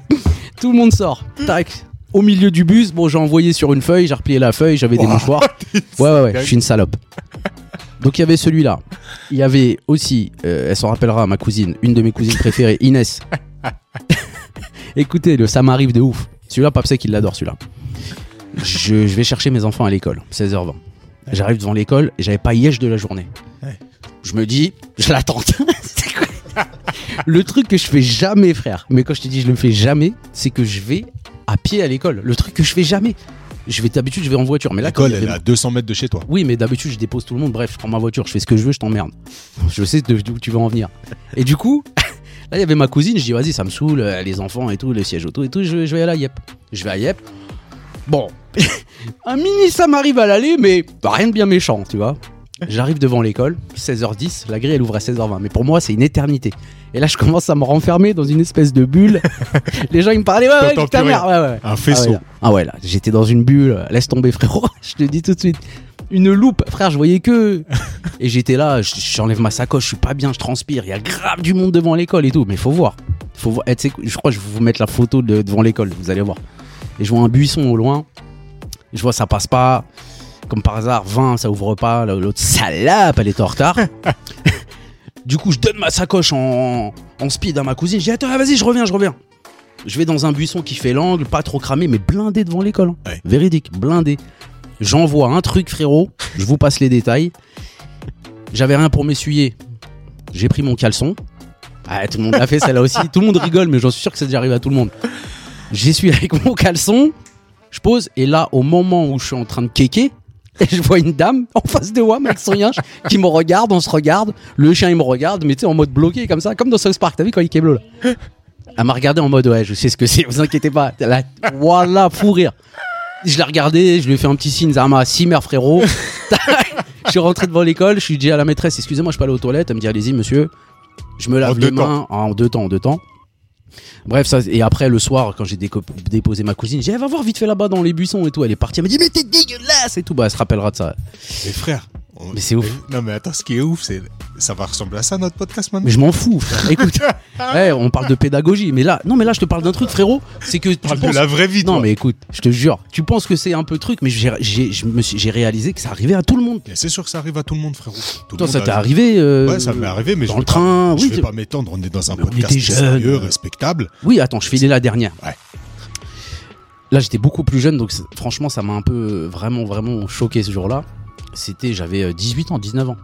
tout le monde sort. Tac. Au milieu du bus, bon, j'ai envoyé sur une feuille, j'ai replié la feuille, j'avais des
Wow,
mouchoirs. Ouais, ouais, ouais, je suis une salope. Donc il y avait celui-là. Il y avait aussi, euh, elle s'en rappellera, ma cousine, une de mes cousines préférées, Inès. Écoutez, le ça m'arrive de ouf. Celui-là, Papsek, il l'adore, celui-là. Je, je vais chercher mes enfants à l'école, 16h20. J'arrive devant l'école et j'avais pas yèche de la journée.
Ouais.
Je me dis, je la tente. C'est quoi le truc que je fais jamais, frère, mais quand je te dis je le fais jamais, c'est que je vais à pied à l'école. Le truc que je fais jamais. Je vais d'habitude, je vais en voiture, mais là, quand
L'école,
il y
elle
avait
est à 200 mètres de chez toi.
oui, mais d'habitude, je dépose tout le monde. Bref, je prends ma voiture, je fais ce que je veux, je t'emmerde. Je sais de- d'où tu vas en venir. Et du coup, là, il y avait ma cousine. Je dis, vas-y, ça me saoule, euh, les enfants et tout, le siège auto et tout. Je, je vais aller à Yep. Je vais à Yep. Bon, un mini, ça m'arrive à l'aller, mais bah, rien de bien méchant, tu vois. J'arrive devant l'école, 16h10, la grille elle ouvre à 16h20, mais pour moi c'est une éternité. Et là je commence à me renfermer dans une espèce de bulle. Les gens ils me parlaient, ouais, ouais,
T'entends
nique ta
plus
mère, ouais,
Un
ouais. Ah ouais,
faisceau.
là. Ah ouais, là, j'étais dans une bulle. Laisse tomber, frérot. Je te dis tout de suite. Une loupe, frère, je voyais que. Et j'étais là, je- j'enlève ma sacoche, je suis pas bien, je transpire. Il y a grave du monde devant l'école et tout. Mais faut voir. Faut voir. Eh, tu sais quoi, je crois que je vais vous mettre la photo de- devant l'école, vous allez voir. Et je vois un buisson au loin. Je vois, ça passe pas. Comme par hasard, 20, ça ouvre pas. L'autre salope, elle est en retard. du coup, je donne ma sacoche en, en speed à ma cousine. Je dis, attends, vas-y, je reviens, je reviens. Je vais dans un buisson qui fait l'angle, pas trop cramé, mais blindé devant l'école. hein.
Ouais.
Véridique, blindé. J'envoie un truc, frérot. Je vous passe les détails. J'avais rien pour m'essuyer. J'ai pris mon caleçon. Ah, tout le monde l'a fait, celle-là aussi. Tout le monde rigole, mais j'en suis sûr que ça déjà arrive à tout le monde. J'essuie avec mon caleçon. Je pose, et là, au moment où je suis en train de kéker, je vois une dame en face de moi, avec son yinche, qui me regarde, on se regarde. Le chien, il me regarde, mais tu sais, en mode bloqué, comme ça, comme dans South Park. T'as vu quand il est bleu, là Elle m'a regardé en mode, ouais, je sais ce que c'est, vous inquiétez pas. Elle a- voilà, fou rire. Je l'ai regardé, je lui ai fait un petit signe, Zarma, si mère frérot. je suis rentré devant l'école, je suis dit à la maîtresse, excusez-moi, je peux aller aux toilettes. Elle me dit, allez-y, monsieur. Je me lave
En
les
deux
mains Ah, en deux temps, en deux temps. Bref, ça, et après le soir, quand j'ai déco- déposé ma cousine, j'ai dit, Eh, va voir vite fait là-bas dans les buissons et tout. Elle est partie, elle m'a dit, mais t'es dégueulasse et tout. Bah, elle se rappellera de ça.
Mais frère. on-
Mais c'est ouf.
Non, mais attends, ce qui est ouf, c'est. Ça va ressembler à ça, notre podcast, maintenant.
Mais je m'en fous, frère. Écoute, ouais, on parle de pédagogie, mais là, non, mais là, je te parle d'un truc, frérot. C'est que tu
On parle
penses-
Ah, de la vraie vie,
Non,
toi.
mais écoute, je te jure, tu penses que c'est un peu truc, mais j'ai, j'ai, je me suis- j'ai réalisé que ça arrivait à tout le monde.
Mais C'est sûr que ça arrive à tout le monde, frérot. Tout le
Toi,
monde
ça t'est
a-
arrivé euh,
Ouais, ça m'est arrivé, mais
dans
je
le
vais pas-
train.
Je
Oui,
vais pas m'étendre, on est dans un
Mais on
podcast
était jeunes.
sérieux, respectable.
oui, attends, je finis la dernière.
Ouais.
Là, j'étais beaucoup plus jeune, donc c'est- franchement, ça m'a un peu euh, vraiment, vraiment choqué ce jour-là. C'était, j'avais euh, 18 ans, 19 ans.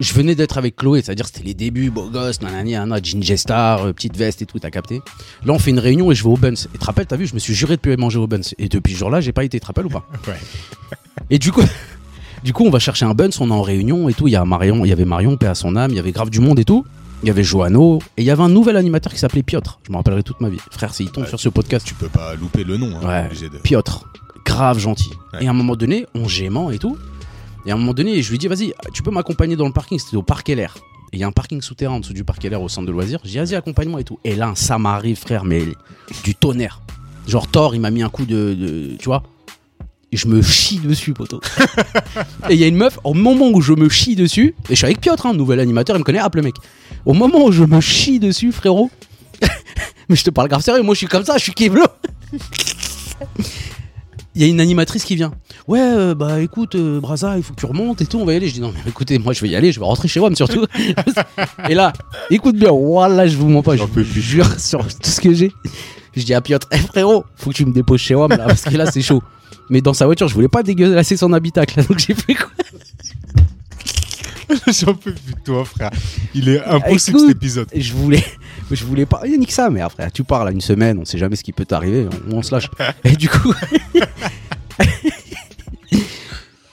Je venais d'être avec Chloé, c'est-à-dire c'était les débuts, beau gosse, nanani, nanana, ginger star, euh, petite veste et tout, t'as capté. Là, on fait une réunion et je vais au Buns. Et te rappelles, t'as vu, je me suis juré de plus aller manger au Buns. Et depuis ce jour-là, j'ai pas été, te rappelles ou pas
Ouais.
Et du coup, du coup, on va chercher un Buns, on est en réunion et tout. Il y a Marion, il y avait Marion, paix à son âme, il y avait grave du monde et tout. Il y avait Joano et il y avait un nouvel animateur qui s'appelait Piotr. Je m'en rappellerai toute ma vie. Frère, s'il tombe
Ouais.
sur ce podcast,
Tu peux pas louper le nom. Hein,
Ouais.
obligé de-
Piotr, grave gentil.
Ouais.
Et à un moment donné, on gémant et tout. Et à un moment donné, je lui dis, vas-y, tu peux m'accompagner dans le parking, c'était au parc LR. Et Il y a un parking souterrain en dessous du parc LR au centre de loisirs. J'ai dit, vas-y, accompagne-moi et tout. Et là, ça m'arrive, frère, mais du tonnerre. Genre, Thor, il m'a mis un coup de. de- tu vois Et je me chie dessus, poteau. et il y a une meuf, au moment où je me chie dessus, et je suis avec Piotr, hein, nouvel animateur, il me connaît, hop, le mec. Au moment où je me chie dessus, frérot. mais je te parle grave sérieux, moi je suis comme ça, je suis Kevlo il y a une animatrice qui vient. Ouais, euh, bah écoute, euh, Braza, il faut que tu remontes et tout, on va y aller. Je dis non, mais écoutez, moi je vais y aller, je vais rentrer chez moi, mais surtout. et là, écoute bien, voilà, je vous mens pas, je
J'en
vous jure sur tout ce que j'ai. Je dis à Piotr, Eh, frérot, faut que tu me déposes chez moi, là, parce que là c'est chaud. Mais dans sa voiture, je voulais pas dégueulasser son habitacle, donc j'ai fait quoi
J'en peux plus de toi, frère. Il est impossible
Écoute.
cet épisode.
Je voulais, je voulais pas. Eh, Nique ça, mais après, tu parles à une semaine, on sait jamais ce qui peut t'arriver, on, on se lâche. Et du coup.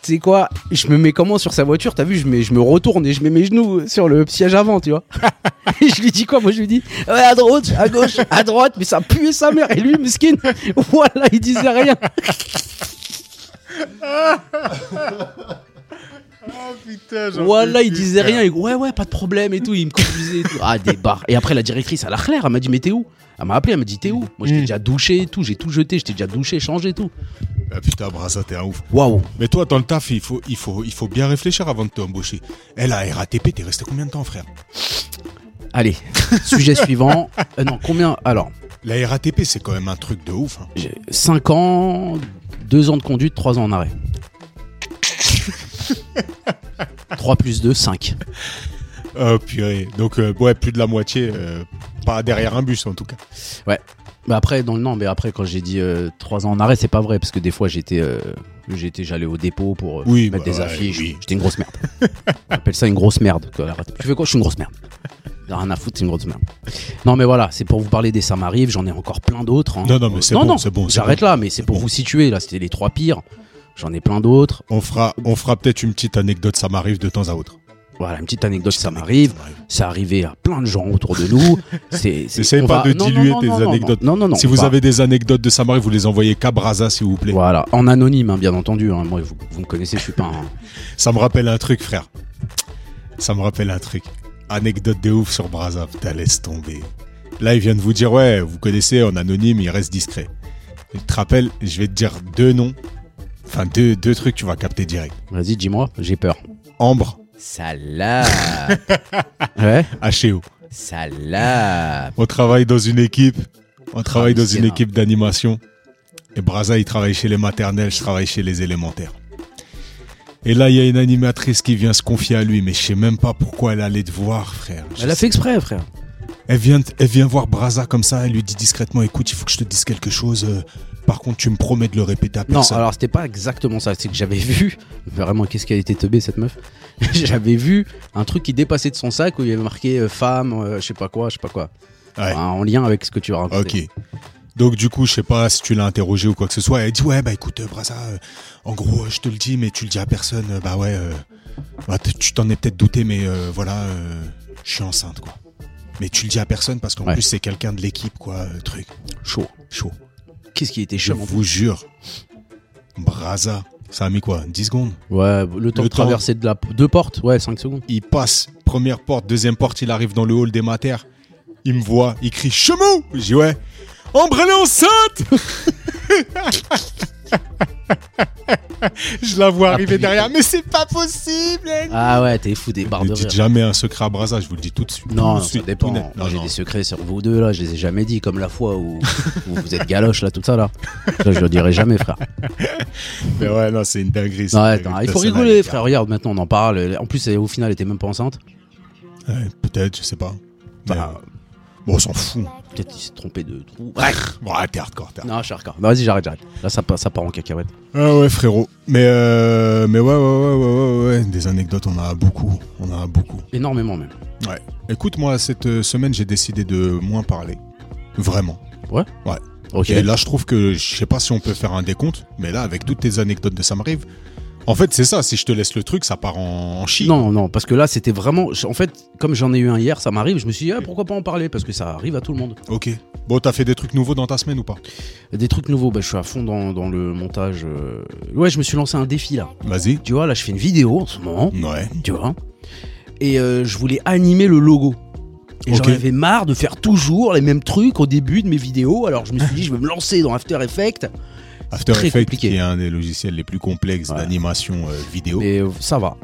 Tu sais quoi, je me mets comment sur sa voiture, t'as vu, je, mets, je me retourne et je mets mes genoux sur le siège avant, tu vois. Et je lui dis quoi Moi je lui dis, ouais, à droite, à gauche, à droite, mais ça puait sa mère. Et lui, mesquine, voilà, il disait rien.
Ah putain,
Voilà, il disait rien. Il- Ouais, ouais, pas de problème et tout. Il me conduisait et tout. Ah, des barres. Et après, la directrice, elle a clair. Elle m'a dit, mais t'es où Elle m'a appelé, elle m'a dit, t'es où Moi, j'étais
Mm.
déjà douché et tout. J'ai tout jeté, j'étais déjà douché, changé et tout.
Ah putain, Brassa, t'es un ouf.
Waouh.
Mais toi, dans le taf, il faut, il faut, il faut bien réfléchir avant de t'embaucher. Elle a RATP, t'es resté combien de temps, frère
Allez, sujet suivant. Euh, non, combien Alors,
La RATP, c'est quand même un truc de ouf. hein.
5 ans, 2 ans de conduite, 3 ans en arrêt. 3 plus 2, 5.
Oh purée. Donc, euh, ouais, plus de la moitié, euh, pas derrière un bus en tout cas.
Mais après, dans le non, mais après, quand j'ai dit 3 ans en arrêt, c'est pas vrai, parce que des fois, j'étais. euh, J'étais, j'allais au dépôt pour euh,
Oui,
mettre
bah
des
ouais,
affiches.
oui.
J'étais une grosse merde. J'appelle ça une grosse merde. quoi. Arrête. Tu fais quoi Je suis une grosse merde. T'as Rien à foutre, c'est une grosse merde. Non, mais voilà, c'est pour vous parler des ça m'arrive. J'en ai encore plein d'autres. hein.
Non, non, mais c'est
Non,
bon,
non,
c'est bon. c'est
J'arrête
bon.
là, mais c'est pour
bon.
vous situer. Là, c'était les trois pires. J'en ai plein d'autres.
On fera, on fera peut-être une petite anecdote, ça m'arrive de temps à autre.
Voilà, une petite anecdote, ça m'arrive. Ça arrivé à plein de gens autour de nous. C'est. c'est-
N'essaye
on
pas de
non, non,
diluer
non,
tes
non, non,
anecdotes.
Non, non, non.
si
on
vous
va-
avez des anecdotes de ça m'arrive, vous les envoyez qu'à Brasa, s'il vous plaît.
Voilà, en anonyme, hein, bien entendu. hein. Moi, vous, vous me connaissez, je suis pas un.
Ça me rappelle un truc, frère. Ça me rappelle un truc. Anecdote de ouf sur Braza. Putain, laisse tomber. Là, il vient de vous dire, ouais, vous connaissez, en anonyme, il reste discret. Je te rappelle, je vais te dire deux noms. Enfin, deux, deux trucs, tu vas capter direct.
Vas-y, dis-moi, j'ai peur.
Ambre,
Salade. ouais,
HEO.
salade.
On travaille dans une équipe. On travaille dans une
Ah, c'est
équipe d'animation. Et Braza, il travaille chez les maternelles, je travaille chez les élémentaires. Et là, il y a une animatrice qui vient se confier à lui, mais je sais même pas pourquoi elle allait te voir, frère. Je
Elle a fait exprès, frère.
Elle vient, elle vient voir Braza comme ça, elle lui dit discrètement écoute, il faut que je te dise quelque chose. euh, Par contre, tu me promets de le répéter à
Non,
personne.
alors c'était pas exactement ça. C'est que j'avais vu. Vraiment, qu'est-ce qu'elle était teubée, cette meuf J'avais vu un truc qui dépassait de son sac où il y avait marqué euh, femme, euh, je sais pas quoi, je sais pas quoi.
Ouais.
Enfin, en lien avec ce que tu as raconté.
Ok. Donc du coup, je sais pas si tu l'as interrogé ou quoi que ce soit. Elle dit ouais bah écoute, euh, Braza, euh, en gros, euh, je te le dis, mais tu le dis à personne. Euh, Bah ouais, euh, bah, t- tu t'en es peut-être douté, mais euh, voilà, euh, je suis enceinte quoi. Mais tu le dis à personne parce qu'en
Ouais.
plus c'est quelqu'un de l'équipe quoi, euh, truc
Chaud.
chaud.
Qu'est-ce qui était
Je
chaud
vous jure, Braza, ça a mis quoi, 10 secondes.
Ouais, le temps
Le
de traverser de la... deux portes, ouais, 5 secondes.
Il passe, première porte, deuxième porte, il arrive dans le hall des matères. Il me voit, il crie Chemou Je dis ouais. Ambre, elle est enceinte Je la vois
Ah,
arriver
putain.
derrière, mais c'est pas possible elle.
Ah ouais, t'es fou des barres
Ne
de
dites
rire.
jamais un secret à Braza, je vous le dis tout de suite.
Non,
tout
non,
de
ça
suite,
dépend.
tout net.
Moi,
Non,
j'ai
non.
des secrets sur vous deux, là, je les ai jamais dit, comme la fois où, où vous êtes galoche, là, tout ça, là. Ça, je le dirai jamais, frère.
Mais ouais, non, c'est une dinguerie. c'est
Non,
une
ouais,
dinguerie
attends, il faut
personnelle.
rigoler, frère. Regarde, maintenant, on en parle. En plus, elle, au final, elle était même pas enceinte.
Ouais, Peut-être, je sais pas. Mais,
Bah,
euh, bon, on s'en fout.
Peut-être qu'il s'est trompé de trou. Ouais.
Bon, ah, t'es hardcore, t'es
Non, je suis hardcore. Non, vas-y, j'arrête, j'arrête. Là, ça, part- ça part en cacahuète.
Ah ouais frérot. Mais euh, mais ouais ouais ouais ouais ouais ouais des anecdotes on en a beaucoup, on en a beaucoup.
Énormément, même.
Ouais. Écoute moi cette euh, semaine j'ai décidé de moins parler. Vraiment.
Ok.
Et là je trouve que je sais pas si on peut faire un décompte, mais là avec toutes tes anecdotes de ça m'arrive. En fait c'est ça, si je te laisse le truc ça part en, en chie.
Non, non, parce que là, c'était vraiment. En fait, comme j'en ai eu un hier, ça m'arrive. Je me suis dit, ah, pourquoi pas en parler Parce que ça arrive à tout le monde.
Ok. Bon t'as fait des trucs nouveaux dans ta semaine ou pas
Des trucs nouveaux, bah, je suis à fond dans, dans le montage. euh. Ouais, je me suis lancé un défi là.
Vas-y.
Tu vois, là, je fais une vidéo en ce moment.
Ouais.
Tu vois. Et euh, je voulais animer le logo. Et
Ok.
j'en avais marre de faire toujours les mêmes trucs au début de mes vidéos. Alors je me suis dit, je vais me lancer dans After Effects.
After
Très
Effects
compliqué.
qui est un des logiciels les plus complexes
Ouais.
d'animation euh, vidéo.
Mais euh, ça va.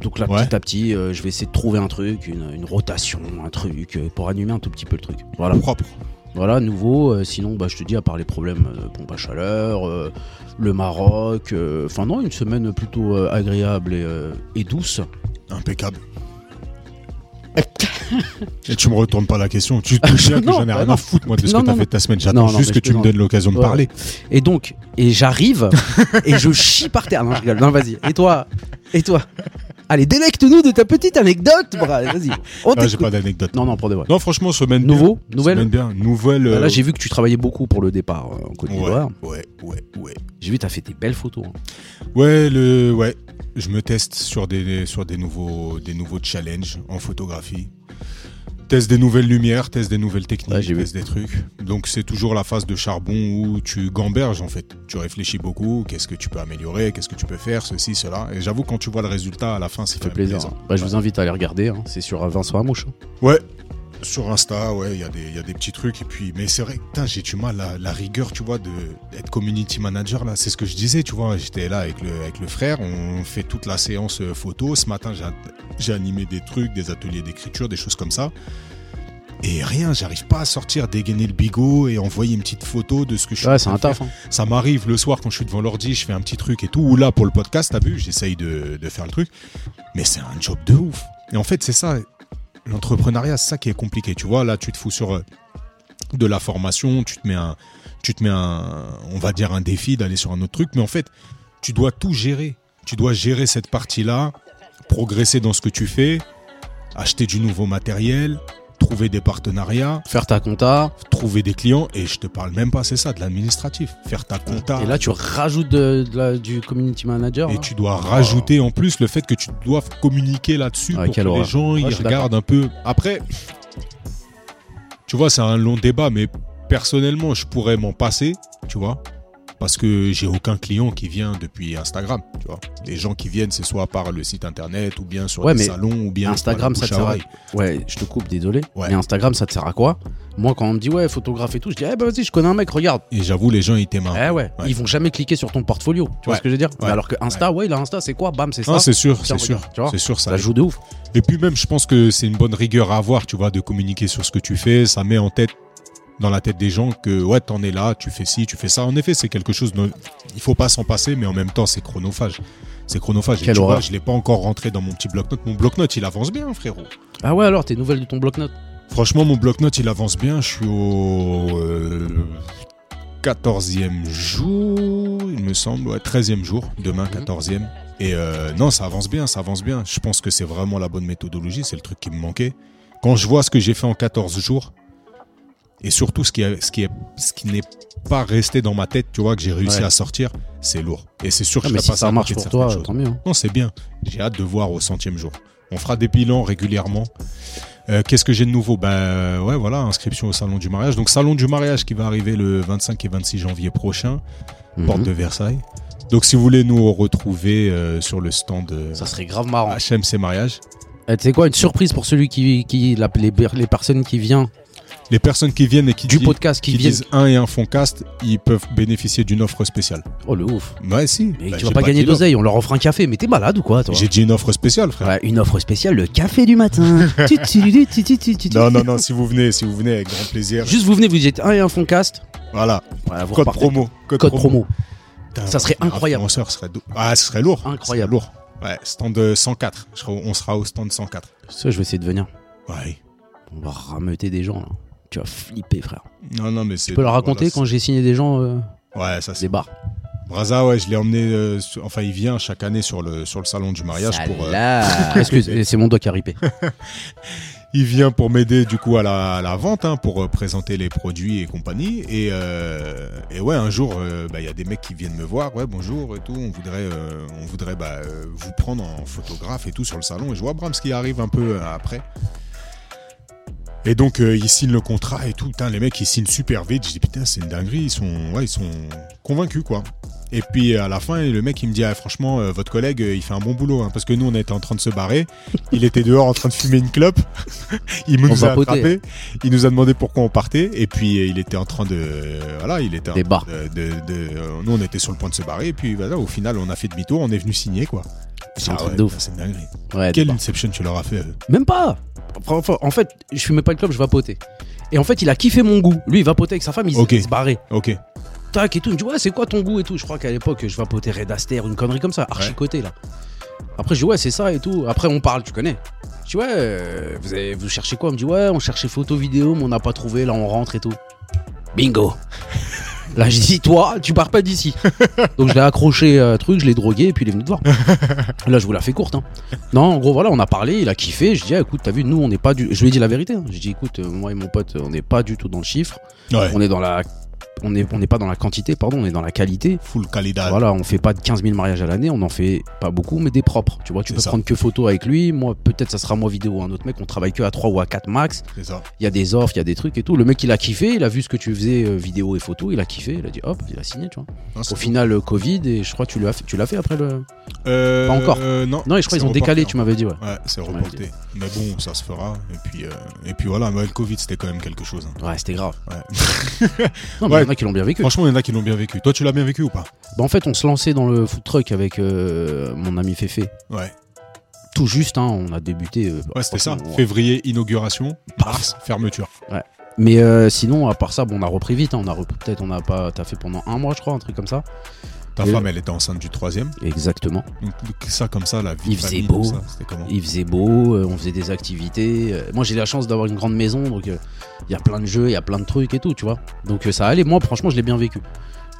Donc là,
Ouais.
petit à petit, euh, je vais essayer de trouver un truc, une, une rotation, un truc, euh, pour animer un tout petit peu le truc. Voilà.
Propre.
Voilà, nouveau. euh, sinon, bah, je te dis, à part les problèmes euh, pompe à chaleur, euh, le Maroc, euh, enfin non, une semaine plutôt euh, agréable et, euh, et douce.
Impeccable. Et tu me retournes pas la question. Tu te souviens que
Non,
j'en ai
bah
rien
non.
à foutre moi de ce
Non,
que t'as
non,
fait de ta semaine.
Non,
J'attends
non,
juste
mais
que tu
je
me
plaisante.
donnes l'occasion de
Ouais. Oh,
parler.
Et donc, et j'arrive, et je chie par terre. Non, je rigole. Non, vas-y. Et toi Et toi Allez, délecte-nous de ta petite anecdote, bras. Vas-y. On
Non, Ah, j'ai
t'écoute.
pas d'anecdote.
Non, non, pour de vrai.
Non, franchement, semaine
Nouveau
bien.
Nouvelle
Semaine bien. Nouvelle.
Bah,
euh,
Là, j'ai vu que tu travaillais beaucoup pour le départ euh, en Côte
ouais,
d'Ivoire.
ouais, ouais, ouais.
J'ai vu, t'as fait des belles photos. hein.
Ouais, le, ouais. Je me teste sur des, sur des nouveaux, des nouveaux challenges en photographie. Teste des nouvelles lumières, teste des nouvelles techniques,
Ouais, j'ai vu.
teste des trucs. Donc c'est toujours la phase de charbon où tu gamberges en fait. Tu réfléchis beaucoup, qu'est-ce que tu peux améliorer, qu'est-ce que tu peux faire, ceci, cela. Et j'avoue quand tu vois le résultat à la fin, c'est
Ça fait plaisir. hein. Bah, je vous invite à aller regarder. hein. C'est sur euh, Vincent Amouche.
Ouais. Sur Insta, ouais, il y, a des- il y a des petits trucs. Et puis, mais c'est vrai, putain, j'ai du mal à la rigueur, tu vois, de- d'être community manager, là. C'est ce que je disais, tu vois. J'étais là avec le, avec le frère, on fait toute la séance euh, photo. Ce matin, j'ai- j'ai animé des trucs, des ateliers d'écriture, des choses comme ça. Et rien, j'arrive pas à sortir, dégainer le bigot et envoyer une petite photo de ce que je suis. en
Ouais, c'est
train
un
de faire.
taf. hein.
Ça m'arrive le soir quand je suis devant l'ordi, je fais un petit truc et tout. Ou là, pour le podcast, t'as vu, j'essaye de, de faire le truc. Mais c'est un job de ouf. Et en fait, c'est ça, l'entrepreneuriat, c'est ça qui est compliqué. Tu vois, là, tu te fous sur euh, de la formation, tu te mets un, tu te mets un, on va dire un défi d'aller sur un autre truc. Mais en fait, tu dois tout gérer. Tu dois gérer cette partie-là, progresser dans ce que tu fais, acheter du nouveau matériel, trouver des partenariats,
Faire ta compta.
trouver des clients. Et je te parle même pas, c'est ça, de l'administratif. Faire ta compta.
Et là, tu rajoutes de- de la- du community manager.
Ah.
hein.
Et
là.
tu dois rajouter en plus le fait que tu dois communiquer là-dessus pour
Ouais,
que
Ah, quelle
les
horreur.
gens
Ouais,
ils
je suis d'accord.
regardent un peu. Après, tu vois, c'est un long débat, mais personnellement, je pourrais m'en passer, tu vois, parce que j'ai aucun client qui vient depuis Instagram, tu vois. Les gens qui viennent, c'est soit par le site internet ou bien sur
Ouais,
les
mais
salons ou bien
Instagram,
par
ça
la
te
bouche à
sert à...
oreille.
Ouais, je te coupe, désolé.
Ouais.
Mais Instagram, ça te sert à quoi Moi, quand on me dit, ouais, photographe et tout, je dis, eh ben vas-y, je connais un mec, regarde.
Et j'avoue, les gens ils t'aiment.
Eh ouais,
Ah, Ouais.
ils vont jamais cliquer sur ton portfolio. Tu vois
Ouais.
ce que je veux dire
Ouais.
Alors que Insta, ouais, il a Insta, c'est quoi Bam, c'est ça.
Ah, c'est sûr,
Tiens,
c'est sûr,
regarde, tu vois.
c'est sûr, ça
ça joue de ouf.
Et puis même, je pense que c'est une bonne rigueur à avoir, tu vois, de communiquer sur ce que tu fais. Ça met en tête, dans la tête des gens, que ouais, t'en es là, tu fais ci, tu fais ça. En effet, c'est quelque chose. dont Il faut pas s'en passer, mais en même temps, c'est chronophage. C'est chronophage. Et
Quelle
tu vois,
horreur.
je l'ai pas encore rentré dans mon petit bloc-notes. Mon bloc-notes, il avance bien, frérot.
Ah ouais, alors, tes nouvelles de ton bloc-notes Ah,
Franchement, mon bloc-notes, il avance bien. Je suis au euh, 14e jour, il me semble. Ouais, 13e jour,
Mhm.
demain 14e. Et euh, non, ça avance bien, ça avance bien. Je pense que c'est vraiment la bonne méthodologie, c'est le truc qui me manquait. Quand je vois ce que j'ai fait en 14 jours, Et surtout, ce qui, est- ce qui, est, ce qui n'est pas resté dans ma tête, tu vois, que j'ai réussi
Ouais.
à sortir, c'est lourd. Et c'est sûr que
Ah,
je
mais
serais
si
passé à
ça
côté
marche
de
pour
certaines
toi,
choses.
tant mieux. hein.
Non, c'est bien. J'ai hâte de voir au centième jour. On fera des bilans régulièrement. Euh, Qu'est-ce que j'ai de nouveau Ben euh, ouais, voilà, inscription au salon du mariage. Donc salon du mariage qui va arriver le 25 et 26 janvier prochain, porte
Mhm.
de Versailles. Donc si vous voulez nous retrouver euh, sur le stand euh,
Ça serait grave marrant.
HMC mariage,
Eh, tu sais quoi, une surprise pour celui qui, qui la- les, les personnes qui viennent
les personnes qui viennent et qui,
du
disent-
podcast, qui,
qui
viennent.
disent un et un fond cast, ils peuvent bénéficier d'une offre spéciale.
Oh le ouf.
Ouais, si.
Mais
Bah,
tu vas
j'ai
pas, gagner
dit l'offre.
d'oseille, on leur offre un café, mais t'es malade ou quoi toi
J'ai dit une offre spéciale, frère.
Ouais, Une offre spéciale, le café du matin. Tu, tu, tu, tu, tu, tu, tu, tu.
Non, non, non, si vous venez, si vous venez avec grand plaisir.
Juste vous venez, vous dites ah, un et un fond cast.
Voilà,
Voilà, vous
code
repartez.
promo,
Code promo.
Putain,
Ça serait
un
incroyable.
influenceur serait dou- ah, ce serait lourd.
Incroyable.
Ce serait lourd. Ouais, stand euh, 104. Je serai au- on sera au stand 104.
Ça, je vais essayer de venir.
Ouais.
On va rameuter des gens là. Tu vas flipper frère.
Non, non, mais c'est.
Tu peux leur raconter quand j'ai signé des gens euh,
Ouais, ça c'est.
des bars.
Braza, ouais, je l'ai emmené. euh, sur- Enfin, il vient chaque année sur le, sur le salon du mariage pour. euh,
Salah. Excuse, c'est mon doigt qui a ripé.
Ah il vient pour m'aider du coup à la, à la vente, hein, pour euh, présenter les produits et compagnie. Et, euh, et ouais, un jour, euh, bah, il y a des mecs qui viennent me voir. Ouais, bonjour et tout. On voudrait, euh, on voudrait bah, euh, vous prendre en photographe et tout sur le salon. Et je vois Brahms qui arrive un peu euh, après. Et donc, euh, ils signent le contrat et tout. Putain, les mecs, ils signent super vite. Je dis, putain, c'est une dinguerie. Ils sont, ouais, ils sont convaincus, quoi. Et puis, à la fin, le mec, il me dit, ah, franchement, euh, votre collègue, euh, il fait un bon boulot. hein, parce que nous, on était en train de se barrer. Il était dehors en train de fumer une clope. Il nous a
vapotait.
attrapé. Il nous a demandé pourquoi on partait. Et puis, euh, il était en train de. euh, voilà, il était. en
Des
train
bars.
de- de- de- euh, nous, on était sur le point de se barrer. Et puis, voilà, au final, on a fait demi-tour. On est venu signer, quoi.
C'est un
Ah
truc
ouais,
de ouf.
putain, C'est une dinguerie.
Ouais, des
Quelle
bars.
inception tu leur as fait à eux
Même pas. Enfin, enfin, En fait, je fumais pas le club, je vapotais. Et en fait, il a kiffé mon goût. Lui, il vapotait avec sa femme, il s-
Ok.
il se barrait.
Ok.
Tac et tout. Il me dit, ouais, c'est quoi ton goût et tout. Je crois qu'à l'époque, je vapotais Red Aster, une connerie comme ça, archicoté là. Après, je dis, ouais, c'est ça et tout. Après, on parle, tu connais. Je dis, ouais, euh, vous, avez- vous cherchez quoi Il me dit, ouais, on cherchait photo, vidéo, mais on n'a pas trouvé, là, on rentre et tout. Bingo Là, j'ai dit, toi, tu pars pas d'ici. Donc, je l'ai accroché à un truc, je l'ai drogué, et puis il est venu te voir. Là, je vous la fais courte. hein. Non, en gros, voilà, on a parlé, il a kiffé. Je dis, ah, écoute, t'as vu, nous, on n'est pas du. Je lui ai dit la vérité. hein. Je dis, écoute, euh, moi et mon pote, on n'est pas du tout dans le chiffre.
Ouais.
On est dans la. On n'est on n'est pas dans la quantité, pardon, on est dans la qualité.
Full calidad.
Voilà, on fait pas de 15 000 mariages à l'année, on en fait pas beaucoup, mais des propres. Tu vois, tu
C'est
peux
ça.
prendre que photo avec lui. Moi, peut-être ça sera moi vidéo ou un autre mec. On travaille que à 3 ou à 4 max.
C'est ça.
Il y a des offres, il y a des trucs et tout. Le mec, il a kiffé, il a vu ce que tu faisais euh, vidéo et photo, il a kiffé, il a dit hop, il a signé, tu vois.
Non, c'est
Au final, euh, Covid, et je crois que tu l'as fait, tu l'as fait après le.
tout. Euh,
pas encore.
euh, non,
Non, et je crois
c'est
qu'ils ont décalé,
reporté,
tu m'avais dit, ouais.
hein. Ouais, c'est
m'avais
reporté. Mais bon, ça se fera. Et puis, euh, et puis voilà, ouais, le Covid, c'était quand même quelque chose. hein.
Ouais, c'était grave.
Ouais.
non, mais
Ouais.
il y en a qui l'ont bien vécu.
Franchement, il y en a qui l'ont bien vécu. Toi, tu l'as bien vécu ou pas
Bah, en fait, on se lançait dans le food truck avec euh, mon ami Féfé.
Ouais,
Tout juste, hein, on a débuté. euh,
ouais c'était ça.
franchement, on-
Février, inauguration.
Paf.
Mars, fermeture.
Mais euh, sinon, à part ça, bon, on a repris vite. hein, on a repris peut-être, on n'a pas. T'as fait pendant un mois, je crois, un truc comme ça.
Ta
Et-
femme, elle était enceinte du troisième.
Exactement.
Donc, ça, comme ça, la vie.
Il
de
faisait
famille,
beau.
tout ça, C'était comment
Il faisait beau, euh, on faisait des activités. euh, moi, j'ai la chance d'avoir une grande maison, donc euh, il y a plein de jeux, il y a plein de trucs et tout, tu vois. Donc euh, ça allait. Moi, franchement, je l'ai bien vécu.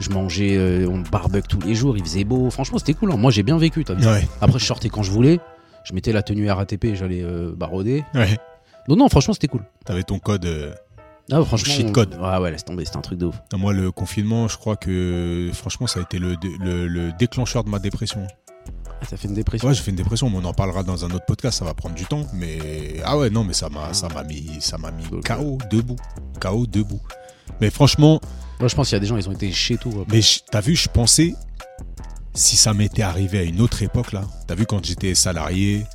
Je mangeais, euh, on barbecue tous les jours, il faisait beau. Franchement, c'était cool. hein. Moi, j'ai bien vécu. T'as vu.
Ouais,
Après, je sortais quand je voulais. Je mettais la tenue RATP, et j'allais euh, baroder.
ouais.
Non, non, franchement, c'était cool.
T'avais ton code. euh,
Ah, franchement,
Shit
on-
code.
Ouais, ouais, laisse tomber, c'était un truc de ouf.
Moi, le confinement, je crois que franchement, ça a été le, dé- le- le déclencheur de ma dépression.
Ah, ça fait une dépression.
Ouais, j'ai fait une dépression, mais on en parlera dans un autre podcast, ça va prendre du temps. Mais ah ouais, non, mais ça m'a, ça m'a mis, ça m'a mis
Ok.
KO debout, KO debout. Mais franchement,
Moi, je pense qu'il y a des gens, ils ont été chez tout. quoi.
mais je- t'as vu, je pensais si ça m'était arrivé à une autre époque là. T'as vu quand j'étais salarié,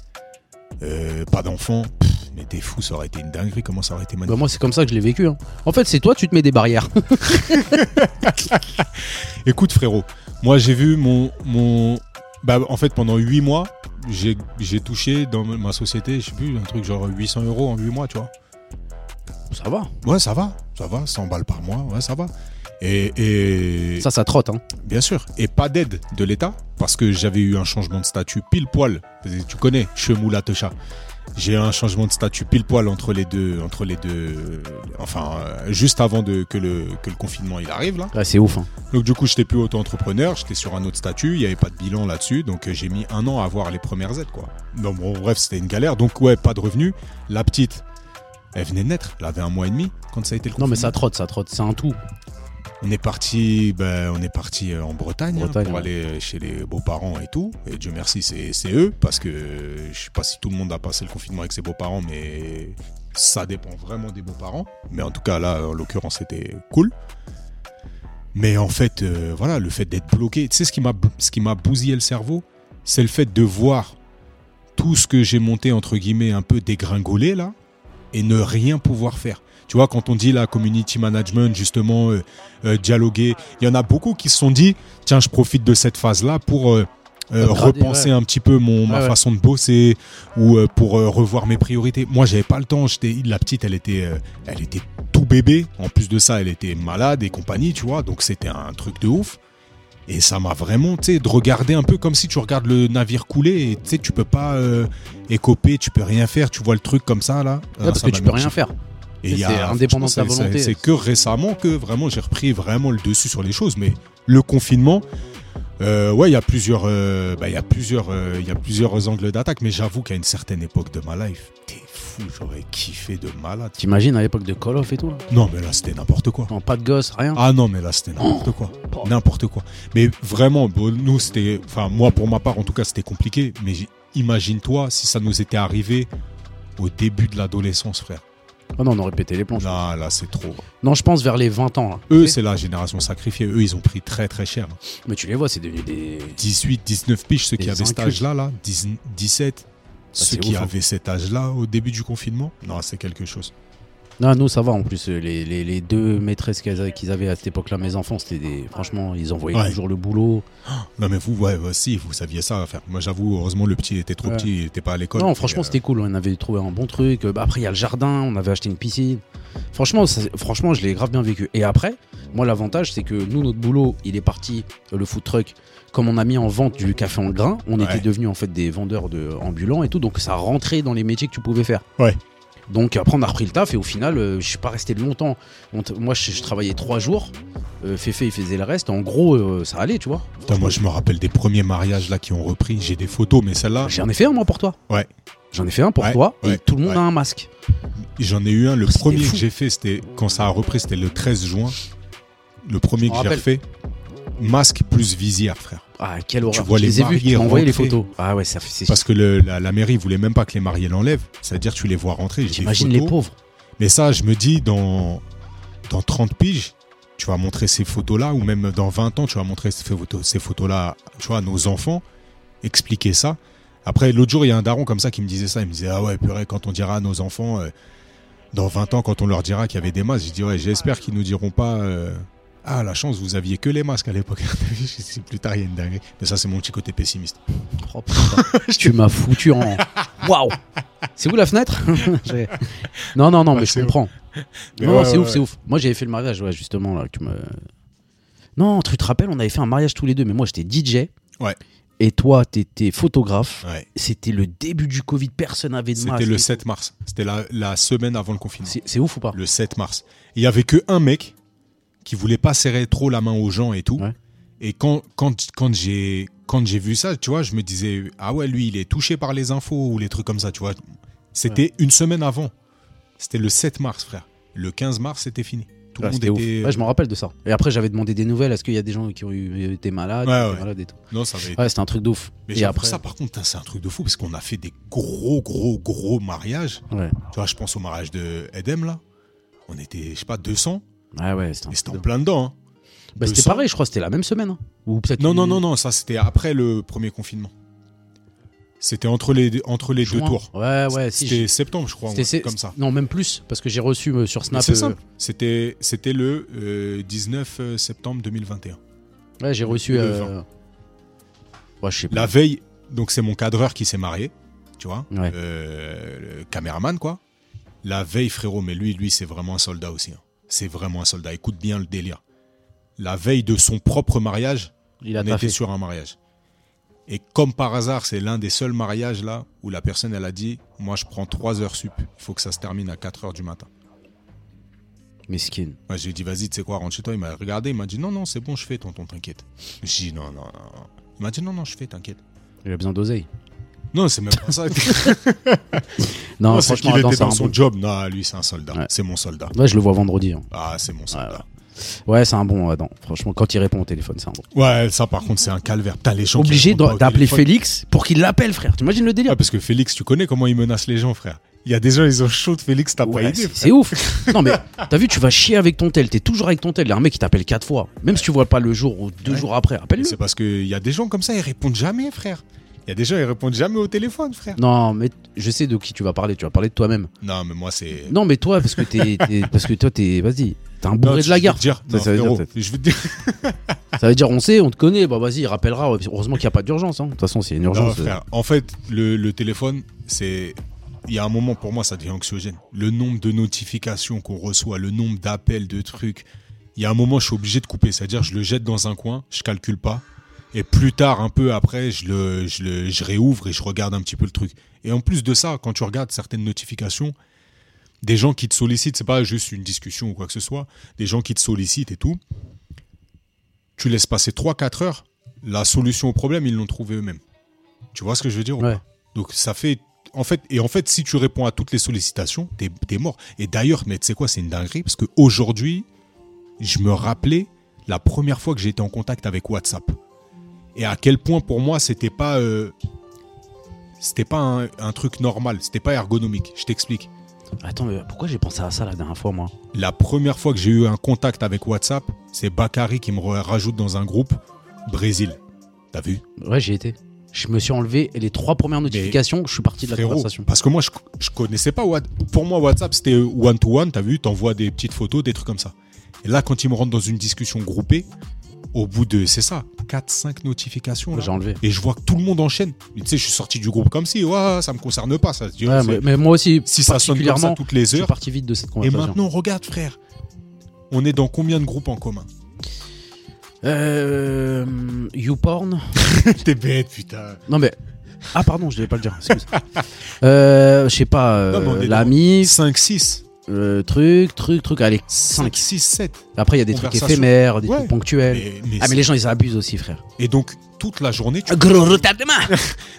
euh, pas d'enfant, pff, mais t'es fou, ça aurait été une dinguerie. Comment ça aurait été
Bah,
magnifique.
moi, c'est comme ça que je l'ai vécu. hein. En fait, c'est toi, tu te mets des barrières.
Écoute frérot, moi j'ai vu mon mon bah en fait pendant 8 mois, j'ai j'ai touché dans ma société, je sais plus, un truc genre 800 euros en 8 mois, tu vois.
ça va.
Ouais, ça va, ça va, 100 balles par mois, ouais, ça va. Et, et
Ça, ça trotte. Hein.
bien sûr, et pas d'aide de l'État, parce que j'avais eu un changement de statut pile poil. Tu connais, chemoula techa. J'ai eu un changement de statut pile poil entre les deux, entre les deux, enfin, euh, juste avant de, que, le, que le confinement il arrive là.
Ouais, c'est ouf. hein.
Donc du coup, j'étais plus auto-entrepreneur, j'étais sur un autre statut, il n'y avait pas de bilan là-dessus, donc euh, j'ai mis un an à avoir les premières aides, quoi. Non, bon, bref, c'était une galère. Donc ouais, pas de revenus. La petite, Elle venait de naître, elle avait un mois et demi quand ça a été le
Non, mais
confinement.
ça trotte, ça trotte, c'est un tout.
On est parti, ben, on est parti euh, en Bretagne, hein,
Bretagne,
pour
ouais.
aller chez les beaux-parents et tout. Et Dieu merci, c'est c'est eux parce que euh, je sais pas si tout le monde a passé le confinement avec ses beaux-parents, mais ça dépend vraiment des beaux-parents. Mais en tout cas là, en l'occurrence, c'était cool. Mais en fait, euh, voilà, le fait d'être bloqué, tu sais ce qui m'a ce qui m'a bousillé le cerveau, c'est le fait de voir tout ce que j'ai monté entre guillemets un peu dégringolé là et ne rien pouvoir faire. Tu vois, quand on dit la community management, justement, euh, euh, dialoguer, il y en a beaucoup qui se sont dit, tiens, je profite de cette phase-là pour euh, euh,
Upgrader,
repenser
ouais.
un petit peu mon, ma
Ouais, ouais.
façon de bosser ou euh, pour euh, revoir mes priorités. Moi, j'avais pas le temps. J'étais, la petite, elle était, euh, elle était tout bébé. En plus de ça, elle était malade et compagnie, tu vois. Donc, c'était un truc de ouf. Et ça m'a vraiment, tu sais, de regarder un peu comme si tu regardes le navire couler et tu sais, tu peux pas euh, écoper, tu peux rien faire. Tu vois le truc comme ça, là.
Ouais,
Ah,
parce
ça
que
m'a
tu peux
mis un
rien
petit
faire.
et il y a-
C'était indépendant de ta
franchement, c'est-
volonté.
c'est- C'est que récemment que vraiment j'ai repris vraiment le dessus sur les choses. Mais le confinement, euh, ouais, il y a plusieurs, euh, bah, il y a plusieurs, euh, il y a plusieurs angles d'attaque. Mais j'avoue qu'à une certaine époque de ma life, t'es fou, j'aurais kiffé de malade.
T'imagines à l'époque de Call of et tout là
Non, mais là c'était n'importe quoi.
Non, pas de gosse, rien.
Ah non, mais là c'était n'importe quoi,
Oh.
n'importe quoi. Mais vraiment, bon, nous c'était, enfin moi pour ma part en tout cas c'était compliqué. Mais j- imagine-toi si ça nous était arrivé au début de l'adolescence, frère.
Oh non, on aurait pété les plombs.
Là, là c'est trop.
Non, je pense vers les 20 ans là.
Eux,
Tu sais
c'est la génération sacrifiée. Eux, ils ont pris très très cher.
Mais tu les vois, c'est devenu des.
18, 19 piges, ceux qui
Des
avaient cet
incultes.
âge-là, là, 10 17. ceux
Ah, c'est
qui
ouf, hein.
avaient cet âge-là au début du confinement, non, c'est quelque chose.
Non, nous ça va en plus. euh, Les, les- les deux maîtresses qu'elles avaient- qu'ils avaient à cette époque là, mes enfants, c'était des. Franchement, ils envoyaient
Ouais.
toujours le boulot.
Non, mais vous, ouais, ouais, si, vous saviez ça à faire. Moi, j'avoue, heureusement, le petit il était trop
Ouais.
petit, il était pas à l'école.
Non,
Et,
franchement,
euh,
c'était cool. On avait trouvé un bon truc. Euh, bah, après, il y a le jardin. On avait acheté une piscine. Franchement, ça- franchement, je l'ai grave bien vécu. Et après, moi, l'avantage, c'est que nous, notre boulot, il est parti. euh, Le food truck, comme on a mis en vente du café en grain, on
Ouais.
était devenus en fait des vendeurs de ambulants et tout. Donc, ça rentrait dans les métiers que tu pouvais faire.
Ouais.
Donc après on a repris le taf et au final euh, je suis pas resté longtemps. On t- moi je, je travaillais trois jours, euh, Féfé il faisait le reste. En gros euh, ça allait tu vois.
putain, moi, je me rappelle des premiers mariages là qui ont repris. J'ai des photos, mais celle-là,
J'en ai fait un moi pour toi.
Ouais.
J'en ai fait un pour
Ouais,
toi et
ouais,
tout le monde
ouais.
a un masque.
j'en ai eu un. Le
C'était
premier
fou.
que j'ai fait, c'était quand ça a repris, c'était le 13 juin. Le premier
Je
que
m'en
j'ai
rappelle.
refait, masque plus visière, frère.
Ah, quelle horreur.
vois
je
les
les ai vus,
mariés
tu m'as envoyé les
rentrer.
photos. Ah ouais, ça fait. c'est-
Parce que le- la, la mairie voulait même pas que les mariés l'enlèvent. C'est-à-dire, tu les vois rentrer. j'ai des
J'imagine les
photos.
pauvres.
Mais ça, je me dis, dans, dans 30 piges, tu vas montrer ces photos-là, ou même dans 20 ans, tu vas montrer ces photos- ces photos-là tu vois, à nos enfants, expliquer ça. Après, l'autre jour, il y a un daron comme ça qui me disait ça. Il me disait, ah ouais, purée, quand on dira à nos enfants, euh, dans 20 ans, quand on leur dira qu'il y avait des masques, je dis, ouais, j'espère qu'ils nous diront pas, euh, ah, la chance, vous aviez que les masques à l'époque. Je sais, Plus tard, il y a une dinguerie. Mais ça, c'est mon petit côté pessimiste.
Oh, putain. tu m'as foutu en. Waouh C'est où la fenêtre J'ai- Non, non, non,
Ouais,
mais je
c'est
comprends.
Mais
non,
ouais,
c'est
ouais,
ouf,
ouais.
c'est ouf. Moi j'avais fait le mariage, ouais, justement, là, que tu me. Non, tu te rappelles, on avait fait un mariage tous les deux, mais moi j'étais DJ.
Ouais.
Et toi, t'étais photographe.
Ouais.
C'était le début du Covid, personne n'avait de masque.
C'était le
et
7 mars. C'était la, la semaine avant le
tout.
confinement.
C'est c'est ouf ou pas
Le 7 mars. Et Il y avait que un mec qui voulait pas serrer trop la main aux gens et tout.
Ouais.
Et quand, quand, quand j'ai quand j'ai vu ça, tu vois, je me disais ah ouais, lui, il est touché par les infos ou les trucs comme ça, tu vois. C'était une semaine avant. C'était le 7 mars, frère. Le 15 mars, c'était fini. Tout
Ouais,
le monde
c'était ouf.
était.
Ouais, je m'en rappelle de ça. Et après, j'avais demandé des nouvelles. Est-ce qu'il y a des gens qui ont eu, été malades,
Ouais,
qui étaient
ouais.
malades et tout
Non, ça avait été-
Ouais, c'était un truc de ouf.
Mais
et
j'avoue,
après,
ça, par contre, putain, c'est un truc de fou parce qu'on a fait des gros, gros, gros mariages.
ouais,
Tu vois, je pense au mariage de Edem là. On était, je sais pas, 200.
ouais, Ah ouais, c'était un
Mais
truc
c'était
de
en
ouf.
plein dedans. hein.
Bah, c'était
200.
pareil, je crois, c'était la même semaine. hein. Ou peut-être.
Non, non, non, non, ça c'était après le premier confinement. C'était entre les, entre les deux
Juin.
tours.
Ouais, Ah ouais, si.
c'était
j'ai-
septembre, je crois,
c'était-
ouais,
c'est-
comme ça.
Non, même plus, parce que j'ai reçu euh, sur
Mais
Snap.
C'est
euh,
simple. C'était, c'était le euh, 19 euh, septembre 2021.
Ouais, j'ai reçu.
Le
euh, Ouais, je sais
La
pas.
veille, donc c'est mon cadreur qui s'est marié, tu vois,
Ouais.
euh, le caméraman quoi. La veille, frérot, mais lui, lui, c'est vraiment un soldat aussi. hein. C'est vraiment un soldat. Écoute bien le délire. La veille de son propre mariage,
Il a
on était
taffé.
sur un mariage. Et comme par hasard, c'est l'un des seuls mariages là où la personne elle a dit Moi je prends 3 heures sup, il faut que ça se termine à 4 heures du matin.
Mesquine.
Moi, je lui ai dit Vas-y, tu sais quoi, rentre chez toi. Il m'a regardé, il m'a dit Non, non, c'est bon, je fais, tonton, t'inquiète. J'ai dit Non, non, non. Il m'a dit Non, non, je fais, t'inquiète.
Il a besoin d'oseille.
Non, c'est même pas ça.
Non,
Non, c'est qu'il
franchement,
était
Adam, c'est
dans
un
son
bon-
job. Non, lui, c'est un soldat.
Ouais.
C'est mon soldat.
Ouais, je le vois vendredi. hein.
Ah, c'est mon soldat.
Ouais, c'est un bon Adam. Franchement, quand il répond au téléphone, c'est un bon.
Ouais, ça, par contre, c'est un calvaire. T'as les gens qui
Obligé
répondent pas
d'a-
au
d'appeler
téléphone.
Félix pour qu'il l'appelle, frère. T'imagines le délire
Ouais, parce que Félix, tu connais comment il menace les gens, frère. Il y a des gens, ils ont chaud de Félix, t'as
Ouais,
pas idée.
c'est-
frère.
c'est ouf. Non mais t'as vu, tu vas chier avec ton tel. T'es toujours avec ton tel. Il y a un mec qui t'appelle quatre fois, même si tu vois pas le jour ou deux
Ouais.
jours après.
Mais
Appelle-le.
C'est parce qu'il y a des gens comme ça, ils répondent jamais, frère. Il y a des gens, ils répondent jamais au téléphone, frère.
Non mais t- je sais de qui tu vas parler. Tu vas parler de toi-même.
Non, mais moi, c'est.
Non mais toi parce que t'es t'es- parce que toi t'es vas-y t'es un
Non,
bourré de la
je vais
gare.
te dire-
Ça,
non,
ça veut dire
frérot,
peut-être.
je vais te dire.
Ça veut dire on sait, on te connaît. Bah vas-y, il rappellera. Heureusement qu'il n'y a pas d'urgence. hein. De toute façon, s'il y a une
Non,
urgence.
Ah,
euh,
frère, en fait, le, le téléphone, c'est. Il y a un moment pour moi, ça devient anxiogène. Le nombre de notifications qu'on reçoit, le nombre d'appels, de trucs. Il y a un moment, je suis obligé de couper. C'est-à-dire, je le jette dans un coin, je calcule pas. Et plus tard, un peu après, je, le, je, le- je réouvre et je regarde un petit peu le truc. Et en plus de ça, quand tu regardes certaines notifications, des gens qui te sollicitent, c'est pas juste une discussion ou quoi que ce soit, des gens qui te sollicitent et tout, tu laisses passer 3-4 heures, la solution au problème, ils l'ont trouvée eux-mêmes. Tu vois ce que je veux dire ou
Ouais.
pas Donc ça fait. En fait, et en fait, si tu réponds à toutes les sollicitations, t'es es mort. Et d'ailleurs, mais tu sais quoi, c'est une dinguerie, parce qu'aujourd'hui, je me rappelais la première fois que j'ai été en contact avec WhatsApp. Et à quel point pour moi, c'était pas. euh, c'était pas un, un truc normal, c'était pas ergonomique. Je t'explique.
euh, Attends, mais pourquoi j'ai pensé à ça la dernière fois moi
La première fois que j'ai eu un contact avec WhatsApp, c'est Bakary qui me re- rajoute dans un groupe Brésil. T'as vu
Ouais, j'y étais. Je me suis enlevé les trois premières notifications. Je suis parti de la
Frérot,
conversation.
Parce que moi, je, je connaissais pas What- Pour moi, WhatsApp, c'était one-to-one, t'as vu T'envoies des petites photos, des trucs comme ça. Et là, quand ils me rentrent dans une discussion groupée, au bout de, c'est ça, 4-5 notifications. là,
J'ai enlevé.
et je vois que tout le monde enchaîne. Mais tu sais, je suis sorti du groupe comme si, ouais, ça me concerne pas, ça. Tu vois,
Ouais,
c'est-
mais, mais moi aussi,
si ça sonne comme ça
particulièrement,
toutes les
je suis
heures.
parti vite de cette
Et
conversation.
maintenant, regarde, frère. On est dans combien de groupes en commun
Euh, YouPorn.
T'es bête, putain.
Non mais. Ah pardon, je devais pas le dire. excuse. Euh, je sais pas.
Non, mais on
Euh,
est dans-
L'ami,
5, 6,
euh, truc, truc, truc. Allez,
5,
5.
6, 7.
Après, il y a des trucs
Conversation.
éphémères, des
Ouais.
trucs ponctuels. Ah mais les gens ils abusent aussi frère.
Et donc, toute la journée, tu,
Gros retard de main.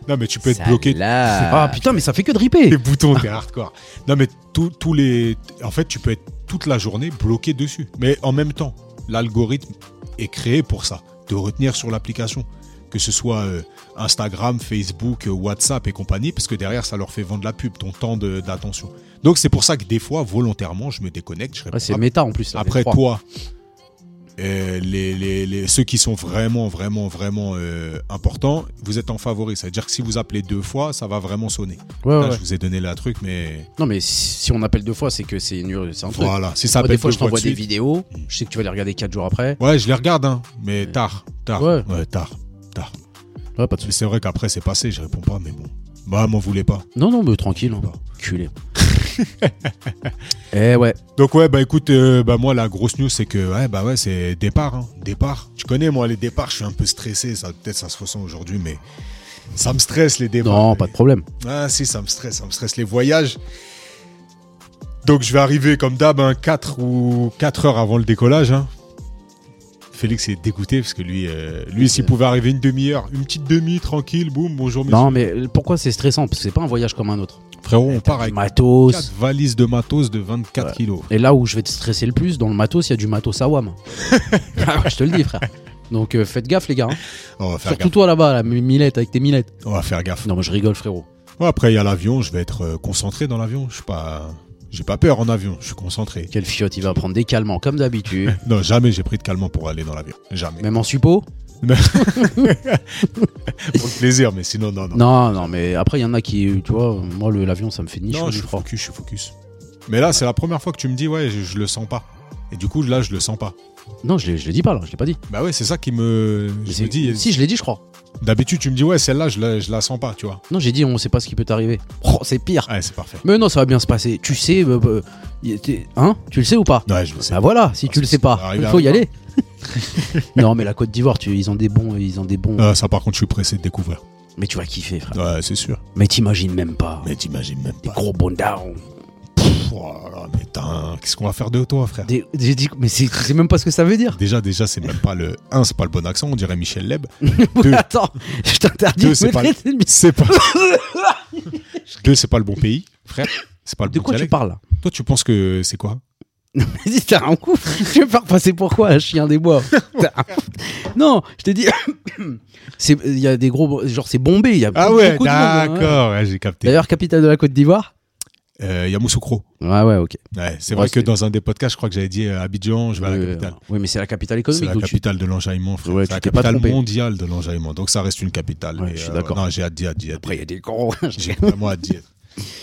non, mais tu peux être bloqué.
Ah putain mais ça fait que de
Les
ripper.
boutons, t'es hardcore. Non, mais tous tous les. En fait, tu peux être toute la journée bloqué dessus. Mais en même temps, l'algorithme est créé pour ça, de retenir sur l'application. Que ce soit euh, Instagram, Facebook, euh, WhatsApp et compagnie, parce que derrière, ça leur fait vendre la pub, ton temps de- d'attention. Donc, c'est pour ça que des fois, volontairement, je me déconnecte. Je réponds
Ouais, c'est
pas.
méta en plus. là, les
Après
trois.
toi, euh, les, les- les- ceux qui sont vraiment, vraiment, vraiment euh, importants, vous êtes en favori. C'est-à-dire que si vous appelez deux fois, ça va vraiment sonner.
Ouais,
Là,
ouais.
Je vous ai donné la truc, mais
Non mais si si on appelle deux fois c'est que c'est une c'est un truc.
voilà. Si ça
Moi,
appelle
des fois
deux
je t'envoie
de
des
suite-
vidéos, je sais que tu vas les regarder quatre jours après.
Ouais, je les regarde, hein, mais tard, tard,
Ouais.
ouais. tard, tard.
Ouais pas de
Mais
soucis.
C'est vrai qu'après c'est passé, je réponds pas, mais bon. Bah, m'en voulez pas.
Non non mais tranquille, hein.
Bon.
culé. Eh ouais.
Donc ouais, bah écoute, euh, bah moi la grosse news c'est que ouais, bah ouais, c'est départ, hein, départ. Tu connais moi les départs, je suis un peu stressé, ça peut-être ça se ressent aujourd'hui, mais ça me stresse les départs.
Non pas de problème.
Ah si, ça me stresse, ça me stresse les voyages. Donc je vais arriver comme d'hab, 4 ou 4 heures avant le décollage. hein. Félix est dégoûté parce que lui, euh, lui s'il
Euh.
pouvait arriver une demi-heure, une petite demi, tranquille, boum, bonjour monsieur.
Non mais pourquoi c'est stressant parce que c'est pas un voyage comme un autre.
Frérot, on
T'as
part
du
avec
matos.
4 valises de matos de 24
Ouais.
kilos.
Et là où je vais te stresser le plus dans le matos il y a du matos à WAM. Ah, je te le dis frère. Donc euh, faites gaffe les gars. hein.
On va faire
Surtout toi là-bas, la millette avec tes millettes.
gaffe. On va faire gaffe.
Non mais je rigole frérot.
Ouais, après il y a l'avion, je vais être euh, concentré dans l'avion. Je suis pas, j'ai pas peur en avion, je suis concentré.
Quel fiotte, il va prendre des calmants comme d'habitude.
Non, jamais j'ai pris de calmant pour aller dans l'avion, jamais.
Même en suppo
pour le plaisir, mais sinon non non.
Non, non, mais après, il y en a qui, tu vois, moi, le- l'avion, ça me fait ni chaud
Non,
ni
je suis
froid.
focus, je suis focus. Mais là, c'est la première fois que tu me dis, ouais, je, je le sens pas. Et du coup, là, je le sens pas.
Non, je l'ai- je l'ai dit pas, là, je l'ai pas dit.
Bah ouais, c'est ça qui me. Je
C'est-
me dis,
Si, je l'ai dit, je crois.
d'habitude, tu me dis, ouais, celle-là, je la, je la sens pas, tu vois.
Non, j'ai dit, on sait pas ce qui peut t'arriver. Oh, c'est pire.
Ouais, c'est parfait.
Mais non, ça va bien se passer. Tu sais, euh, euh, y- t'es- hein Tu le sais ou pas
Ouais, je le sais.
Bah voilà, si
Ah,
tu le
ça,
sais
ça va
pas,
arriver
il faut y
à
aller. non, mais la Côte d'Ivoire, tu- ils ont des bons, ils ont des bons.
Ah, ça, par contre, je suis pressé de découvrir.
Mais tu vas kiffer, frère.
Ouais, c'est sûr.
Mais t'imagines même pas.
Mais t'imagines même
Des
pas.
gros bondards.
Pouah, mais tain, qu'est-ce qu'on va faire de toi, frère
Des- J'ai dit, mais c'est c'est même pas ce que ça veut dire.
Déjà, déjà, c'est même pas le. Un, c'est pas le bon accent, on dirait Michel Leb.
Ouais, Attends, je t'interdis
Deux,
de
c'est
me
pas-
traiter de Miss-
C'est pas. Deux, c'est pas le bon pays, frère. C'est pas le
De
bon
quoi tu
dialecte.
parles là
Toi, tu penses que c'est quoi
Vas-y, T'as un coup Je vais pas repasser pourquoi un chien des bois. T'as un- Non, je t'ai dit. c'est- Il y a des gros. Genre, c'est bombé. Il y a
Ah
beaucoup
ouais,
de monde, hein, ouais.
d'accord, ouais, j'ai capté.
D'ailleurs, capitale de la Côte d'Ivoire
Euh, Yamoussoukro.
Ouais, ouais, ok.
Ouais, c'est
Ouais,
vrai que
c'était-
dans un des podcasts, je crois que j'avais dit euh, Abidjan, je vais à la
Oui,
capitale.
oui, mais c'est la capitale
C'est
économique.
la
donc tu-
capitale de l'enjaillement, frère.
Ouais,
c'est
tu
la
t'es pas
capitale
trompé.
mondiale de l'enjaillement. Donc ça reste une capitale.
Ouais,
Et,
je suis
euh,
d'accord.
non, j'ai hâte d'y être, d'y être.
Après, il y a des gros.
J'ai vraiment hâte d'y être.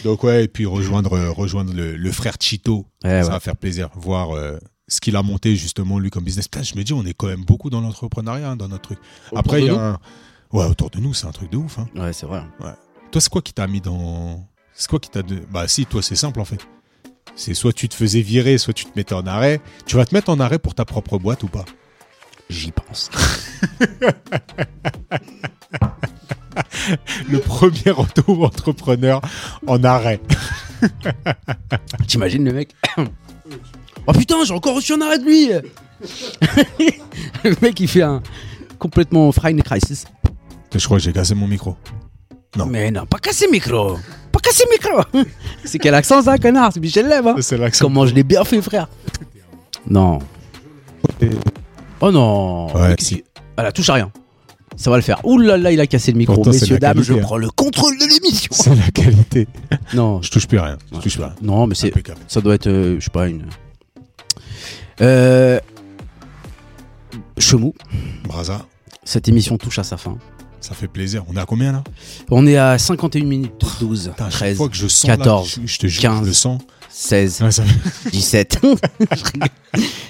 Donc ouais, et puis rejoindre, euh, rejoindre le, le frère Chito.
Eh Ouais,
ça
ouais.
va faire plaisir. Voir euh, ce qu'il a monté justement lui comme business. Putain, je me dis, on est quand même beaucoup dans l'entrepreneuriat, hein, dans notre truc.
Autour
Après,
de
il y a
nous.
un... Ouais, autour de nous, c'est un truc de ouf. hein.
Ouais, c'est vrai.
Toi, c'est quoi qui t'a mis dans. C'est quoi qui t'a. de- Bah, si, toi, c'est simple en fait. C'est soit tu te faisais virer, soit tu te mettais en arrêt. Tu vas te mettre en arrêt pour ta propre boîte ou pas
J'y pense.
Le premier auto-entrepreneur en arrêt.
T'imagines le mec Oh putain, j'ai encore reçu un arrêt de lui Le mec, il fait un complètement fried crisis.
Je crois que j'ai cassé mon micro. Non.
Mais non, pas casser micro Pas casser micro C'est quel accent ça, connard C'est Michel Leb, hein
C'est l'accent.
Comment je l'ai bien fait, frère Non. Oh non
Ouais,
Mais qu'est-ce que- Ah là, touche à rien. Ça va le faire. Ouh là là, il a cassé le micro.
Pourtant, c'est
Messieurs,
la
dames, je
qualité, hein.
prends le contrôle de l'émission
C'est la qualité.
Non,
Je touche plus à rien. Je
Ouais.
touche plus à rien.
non mais c'est,
Impeccable.
Ça doit être, euh, je sais pas, une. Euh... Chemou,
Braza,
cette émission touche à sa fin.
ça fait plaisir. On est à combien là
On est à 51 minutes 12,
Putain, à chaque
13,
fois que je sens
14,
là, je, je te jure,
15.
je le sens.
16,
Ouais, ça
17.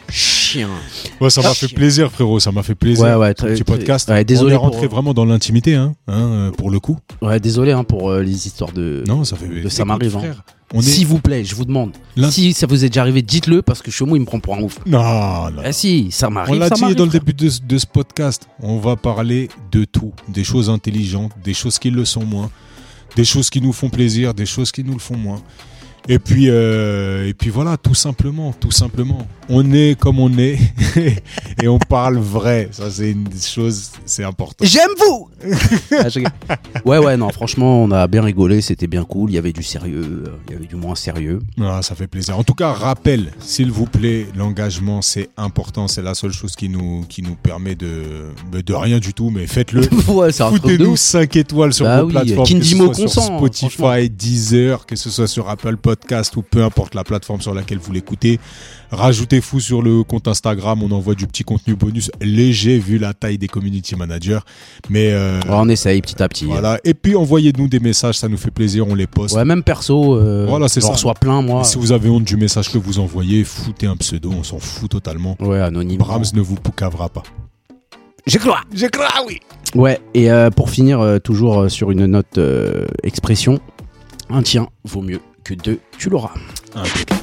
Chien.
ouais, ça m'a fait plaisir, frérot. Ça m'a fait plaisir.
Ouais, ouais,
Ce
très-
petit
très-
podcast.
ouais,
On est
désolé pour-
rentré vraiment dans l'intimité, hein, hein, euh, pour le coup.
Ouais, désolé hein, pour euh, les histoires de.
Non, ça fait.
de- ça
Écoute,
m'arrive, hein.
frère, On est.
S'il vous plaît, je vous demande.
L'in-
Si ça vous est déjà arrivé, dites-le parce que Chemou, il me prend pour un ouf.
Non, non.
Ah si, ça m'arrive.
On l'a
ça
dit
m'arrive,
dans le
frère.
début de, ce- de ce podcast, on va parler de tout, des choses intelligentes, des choses qui le sont moins, des choses qui nous font plaisir, des choses qui nous le font moins. Et puis, euh, et puis voilà, tout simplement, tout simplement. On est comme on est et on parle vrai. Ça, c'est une chose, c'est important.
J'aime vous Ah, je rigole. Ouais, ouais, non, franchement, on a bien rigolé, c'était bien cool. Il y avait du sérieux, euh, il y avait du moins sérieux.
Ah, ça fait plaisir. En tout cas, rappel, s'il vous plaît, l'engagement, c'est important. C'est la seule chose qui nous, qui nous permet de, de rien du tout, mais faites-le.
ouais, c'est un truc de
Foutez-nous
ouf.
5 étoiles sur
Bah
vos
oui,
plateformes, que ce
Kindimo
soit sur
consent, hein,
Spotify, Deezer, que ce soit sur Apple Podcast ou peu importe la plateforme sur laquelle vous l'écoutez. Rajoutez fou sur le compte Instagram, on envoie du petit contenu bonus léger vu la taille des community managers. Mais euh,
Ouais, on essaye petit à petit.
voilà. Et puis envoyez-nous des messages, ça nous fait plaisir, on les poste.
Ouais, même perso, euh,
Voilà, c'est
j'en
ça.
reçois plein, moi.
Et si vous avez honte du message que vous envoyez, foutez un pseudo, on s'en fout totalement.
Ouais, anonyme.
Brahms ne vous poucavera pas.
J'ai cru.
J'ai cru, ah oui
Ouais, et euh, pour finir, euh, toujours euh, sur une note euh, expression, un tien vaut mieux que deux, tu l'auras.
Impeccable.